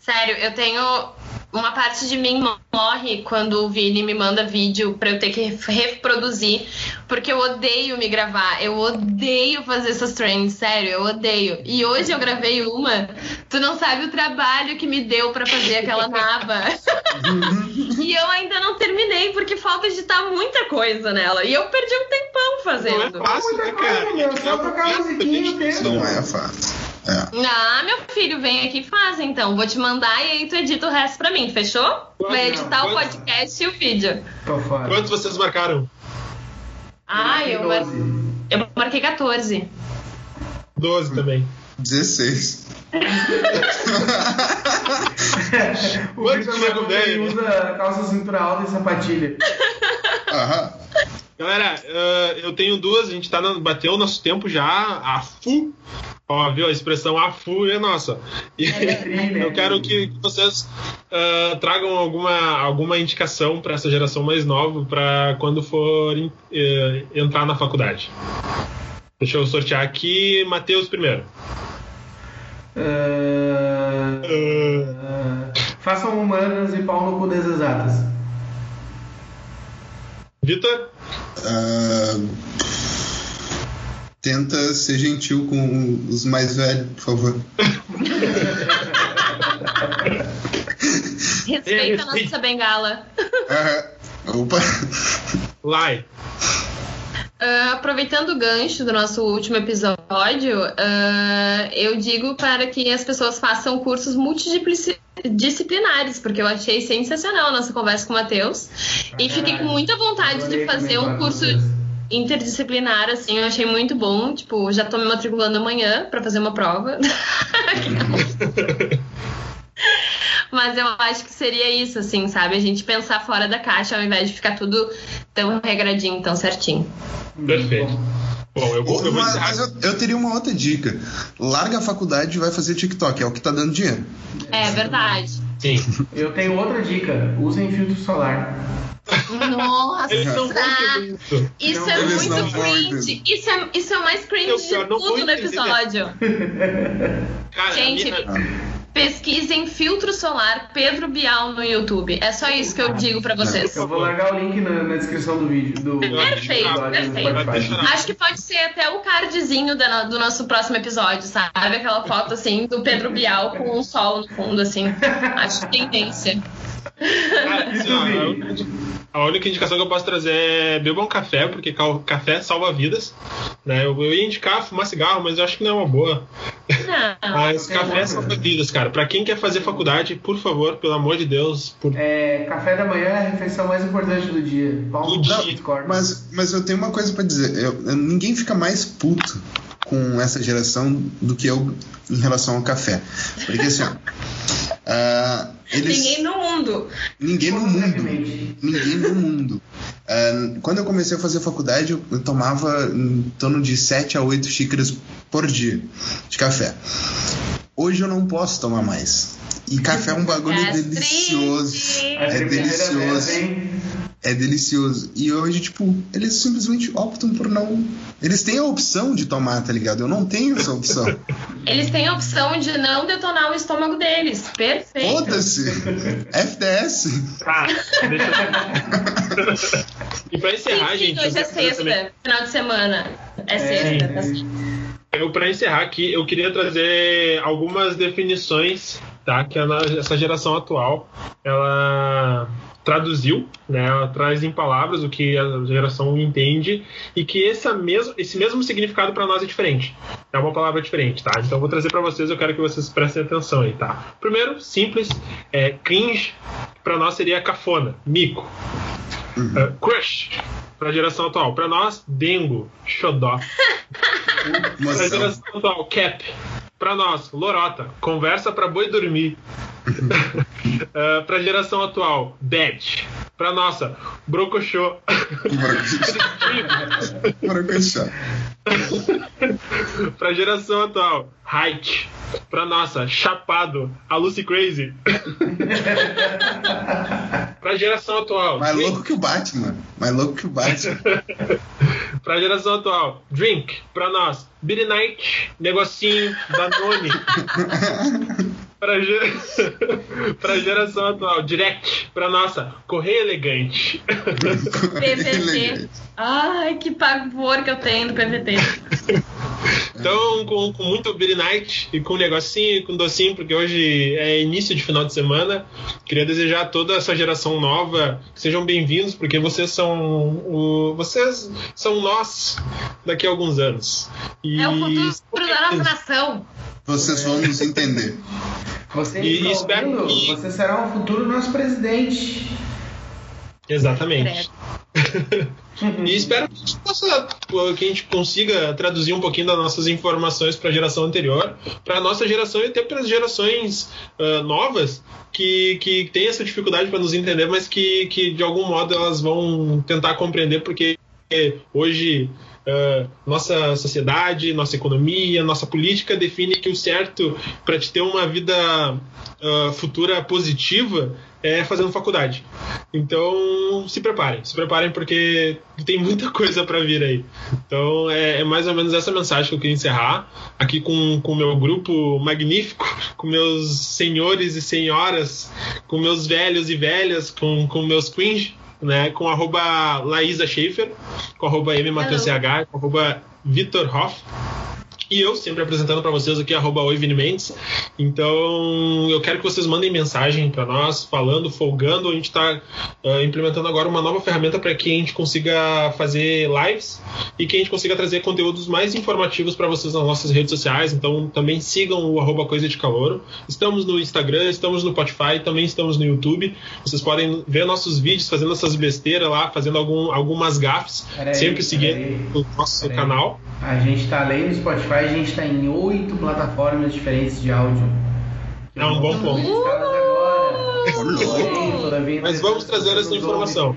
Speaker 5: Sério, eu tenho. Uma parte de mim morre quando o Vini me manda vídeo pra eu ter que reproduzir, porque eu odeio me gravar, eu odeio fazer essas trends, sério, eu odeio. E hoje eu gravei uma, tu não sabe o trabalho que me deu pra fazer aquela naba. e eu ainda não terminei, porque falta editar muita coisa nela. E eu perdi um tempão
Speaker 1: Não é
Speaker 5: fazendo.
Speaker 1: fácil,
Speaker 4: Muita
Speaker 1: né,
Speaker 4: coisa,
Speaker 1: cara?
Speaker 4: meu, só tocar a musiquinha e o dedo.
Speaker 3: Não é fácil. É.
Speaker 5: Ah, meu filho, vem aqui e faz então. Vou te mandar e aí tu edita o resto pra mim, fechou?
Speaker 1: Quando-
Speaker 5: Vai editar o
Speaker 1: quando-
Speaker 5: podcast e o vídeo.
Speaker 4: Tô fora.
Speaker 1: Quantos vocês marcaram?
Speaker 5: Ah, eu, mar...
Speaker 4: 12.
Speaker 5: eu marquei 14.
Speaker 1: 12 também.
Speaker 3: 16.
Speaker 4: O Vitor
Speaker 1: Quantos
Speaker 4: Marcon
Speaker 1: nego
Speaker 4: ele
Speaker 1: velho?
Speaker 4: usa calça cintura alta e sapatilha.
Speaker 3: Aham.
Speaker 1: Galera, eh, eu tenho duas, a gente tá na- bateu o nosso tempo já, a fu. Ó, viu? A expressão a fu é nossa. E
Speaker 4: tri, né?
Speaker 1: eu quero que vocês eh, tragam alguma, alguma indicação para essa geração mais nova para quando for em- eh, entrar na faculdade. Deixa eu sortear aqui, Matheus primeiro.
Speaker 4: Ah,
Speaker 1: Eh,
Speaker 4: ah, façam humanas e pau no cu das exatas.
Speaker 1: Vitor?
Speaker 3: Ah, tenta ser gentil com os mais velhos, por favor.
Speaker 5: Respeita a
Speaker 1: respeito.
Speaker 5: nossa bengala.
Speaker 3: Aham. Opa.
Speaker 1: Lai.
Speaker 5: Ah, aproveitando o gancho do nosso último episódio, ah, eu digo para que as pessoas façam cursos multidisciplinares, porque eu achei sensacional a nossa conversa com o Matheus. e fiquei com muita vontade de
Speaker 4: Adorei
Speaker 5: fazer
Speaker 4: também
Speaker 5: um
Speaker 4: falar com
Speaker 5: curso
Speaker 4: vocês.
Speaker 5: interdisciplinar, assim, eu achei muito bom. Tipo, já tô me matriculando amanhã pra fazer uma prova. Mas eu acho que seria isso, assim, sabe? A gente pensar fora da caixa ao invés de ficar tudo tão regradinho, tão certinho.
Speaker 1: Perfeito. Bom, eu vou, eu vou
Speaker 3: Mas-
Speaker 1: encerrar.
Speaker 3: mas eu, eu teria uma outra dica. Larga a faculdade e vai fazer TikTok. É o que tá dando dinheiro.
Speaker 5: É verdade.
Speaker 1: Sim.
Speaker 4: Eu tenho outra dica: usem filtro solar.
Speaker 5: Nossa! Ah,
Speaker 1: Eles não vão entender isso.
Speaker 5: Isso
Speaker 4: Não,
Speaker 5: é
Speaker 3: eles não
Speaker 5: muito
Speaker 3: vão
Speaker 5: cringe.
Speaker 3: entender.
Speaker 5: Isso é, isso é o mais cringe
Speaker 1: Eu
Speaker 5: de
Speaker 1: só não vou
Speaker 5: tudo no
Speaker 1: entender.
Speaker 5: episódio.
Speaker 1: Cara, a
Speaker 5: Gente,
Speaker 1: minha-
Speaker 5: Pesquisem filtro solar Pedro Bial no YouTube. É só isso que eu digo pra vocês.
Speaker 4: Eu vou largar o link na, na descrição do vídeo. Do,
Speaker 5: Perfeito,
Speaker 4: do episódio do
Speaker 5: perfeito.
Speaker 4: Spotify.
Speaker 5: Acho que pode ser até o cardzinho da no- do nosso próximo episódio, sabe? Aquela foto assim do Pedro Bial com um sol no fundo, assim. Acho que tendência.
Speaker 1: Cara, assim, ó,
Speaker 4: Isso,
Speaker 1: eu,
Speaker 4: Vini.
Speaker 1: A única indicação que eu posso trazer é bebam café, porque cal- café salva vidas. Né? Eu, eu ia indicar fumar cigarro, mas eu acho que não é uma boa.
Speaker 5: Não.
Speaker 1: Mas
Speaker 4: não tem
Speaker 1: café
Speaker 4: nada.
Speaker 1: salva vidas, cara. Pra quem quer fazer faculdade, por favor, pelo amor de Deus, por
Speaker 4: É, café da manhã é a refeição mais importante do dia. Paulo
Speaker 1: Do
Speaker 4: não,
Speaker 1: dia.
Speaker 4: discorda.
Speaker 3: Mas, mas eu tenho uma coisa pra dizer. Eu- eu- ninguém fica mais puto com essa geração do que eu em relação ao café. Porque assim, ó, ah, eles,
Speaker 5: Ninguém no mundo.
Speaker 3: ninguém no mundo
Speaker 4: Brevemente.
Speaker 3: ninguém no mundo. Ah, quando eu comecei a fazer faculdade, eu, eu tomava em torno de 7 a 8 xícaras por dia de café. Hoje eu não posso tomar mais. E café é um bagulho
Speaker 5: Gastrite.
Speaker 3: delicioso.
Speaker 4: É a primeira
Speaker 3: delicioso.
Speaker 4: vez, hein?
Speaker 3: É delicioso. E hoje, tipo, eles simplesmente optam por não. Eles têm a opção de tomar, tá ligado? Eu não tenho essa opção.
Speaker 5: Eles têm a opção de não detonar o estômago deles. Perfeito.
Speaker 3: Foda-se! FDS!
Speaker 1: Tá, deixa eu... E pra encerrar,
Speaker 5: Sim, sim,
Speaker 1: gente.
Speaker 5: hoje é
Speaker 1: eu quero trazer também-
Speaker 5: sexta. Final de semana. É sexta. tá certo.
Speaker 1: Eu, pra encerrar aqui, eu queria trazer algumas definições, tá? Que ela- essa geração atual, ela traduziu, né? Ela traz em palavras o que a geração entende e que essa mesmo, esse mesmo significado pra nós é diferente. É uma palavra diferente, tá? Então eu vou trazer pra vocês, eu quero que vocês prestem atenção aí, tá? Primeiro, simples, é cringe, que pra nós seria cafona, mico. É, crush, pra geração atual. Pra nós, dengo, xodó. Pra
Speaker 3: Nossa,
Speaker 1: geração atual, cap. Pra nós, lorota. Conversa pra boi dormir. uh, pra geração atual, bad. Pra nossa, brocochô. pra geração atual, height. Pra nossa, chapado. A Lucy Crazy. pra geração atual,
Speaker 3: Mais
Speaker 1: drink.
Speaker 3: Tá louco que o Batman. Mais louco que o Batman.
Speaker 1: Pra geração atual, drink. Pra nós, Billy Night, negocinho, Danone. pra, ge- pra geração atual, direct. Pra nossa, correr elegante.
Speaker 5: PVT. Ai, que pavor que eu tenho do PVT.
Speaker 1: Então, com, com muito Billy Night e com negocinho e com docinho, porque hoje é início de final de semana. Queria desejar a toda essa geração nova que sejam bem-vindos, porque vocês são o, vocês são nós daqui a alguns anos. E-
Speaker 5: É o futuro da nossa nação.
Speaker 3: Vocês vão nos entender.
Speaker 4: Vocês
Speaker 1: E
Speaker 4: estão
Speaker 1: espero
Speaker 4: ouvindo?
Speaker 1: que-
Speaker 4: Você será o futuro nosso presidente.
Speaker 1: Exatamente.
Speaker 5: Credo.
Speaker 1: E espero que a gente possa- que a gente consiga traduzir um pouquinho das nossas informações para a geração anterior, para a nossa geração e até para as gerações ah, novas que, que têm essa dificuldade para nos entender, mas que, que de algum modo elas vão tentar compreender, porque hoje ah, nossa sociedade, nossa economia, nossa política define que o certo para te ter uma vida ah, futura positiva é fazendo faculdade. Então, se preparem, se preparem porque tem muita coisa para vir aí. Então, é, é mais ou menos essa mensagem que eu queria encerrar aqui com o meu grupo magnífico, com meus senhores e senhoras, com meus velhos e velhas, com, com meus cringe, né? Com arroba Laísa Schaefer, com arroba MMateusCH, com arroba Vitor Hoff. E eu sempre apresentando para vocês aqui, arroba Oi Vini Mendes. Então, eu quero que vocês mandem mensagem para nós, falando, folgando. A gente está implementando agora uma nova ferramenta para que a gente consiga fazer lives e que a gente consiga trazer conteúdos mais informativos para vocês nas nossas redes sociais. Então, também sigam o arroba Coisa de Calouro. Estamos no Instagram, estamos no Spotify, também estamos no YouTube. Vocês podem ver nossos vídeos fazendo essas besteiras lá, fazendo algum- algumas gafes.
Speaker 4: Peraí,
Speaker 1: sempre seguindo
Speaker 4: peraí.
Speaker 1: o nosso
Speaker 4: Peraí.
Speaker 1: canal.
Speaker 4: A gente tá além do Spotify, a gente tá em oito plataformas diferentes de áudio.
Speaker 1: É um bom ponto. Mas vamos trazer essa informação.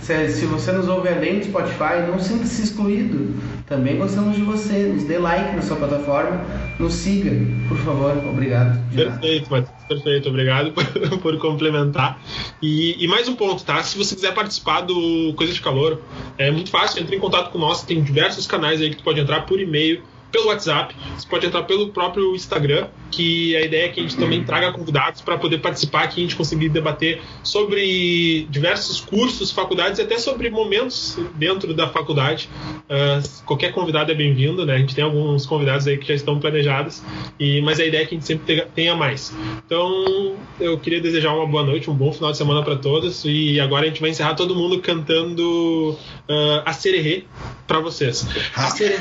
Speaker 4: Se, se você nos ouve além do Spotify, não sinta-se excluído. Também gostamos de você. Nos dê like na sua plataforma. Nos siga, por favor. Obrigado. De nada.
Speaker 1: Perfeito, Matheus. Perfeito, obrigado por, por complementar. E, e mais um ponto, tá? Se você quiser participar do Coisa de Calor, é muito fácil, entre em contato com nós, tem diversos canais aí que tu pode entrar por e-mail, pelo WhatsApp, você pode entrar pelo próprio Instagram, que a ideia é que a gente também traga convidados para poder participar, que a gente conseguir debater sobre diversos cursos, faculdades e até sobre momentos dentro da faculdade. Uh, qualquer convidado é bem-vindo, né? A gente tem alguns convidados aí que já estão planejados, e, mas a ideia é que a gente sempre tenha mais. Então, eu queria desejar uma boa noite, um bom final de semana para todos, e agora a gente vai encerrar todo mundo cantando uh, a Sererê para vocês. A Sererê.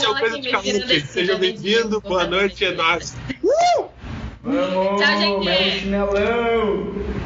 Speaker 1: Seu é Pedro de Calupe, seja bem-vindo, boa noite, é nóis.
Speaker 5: Tchau, gente.
Speaker 4: Chinelão.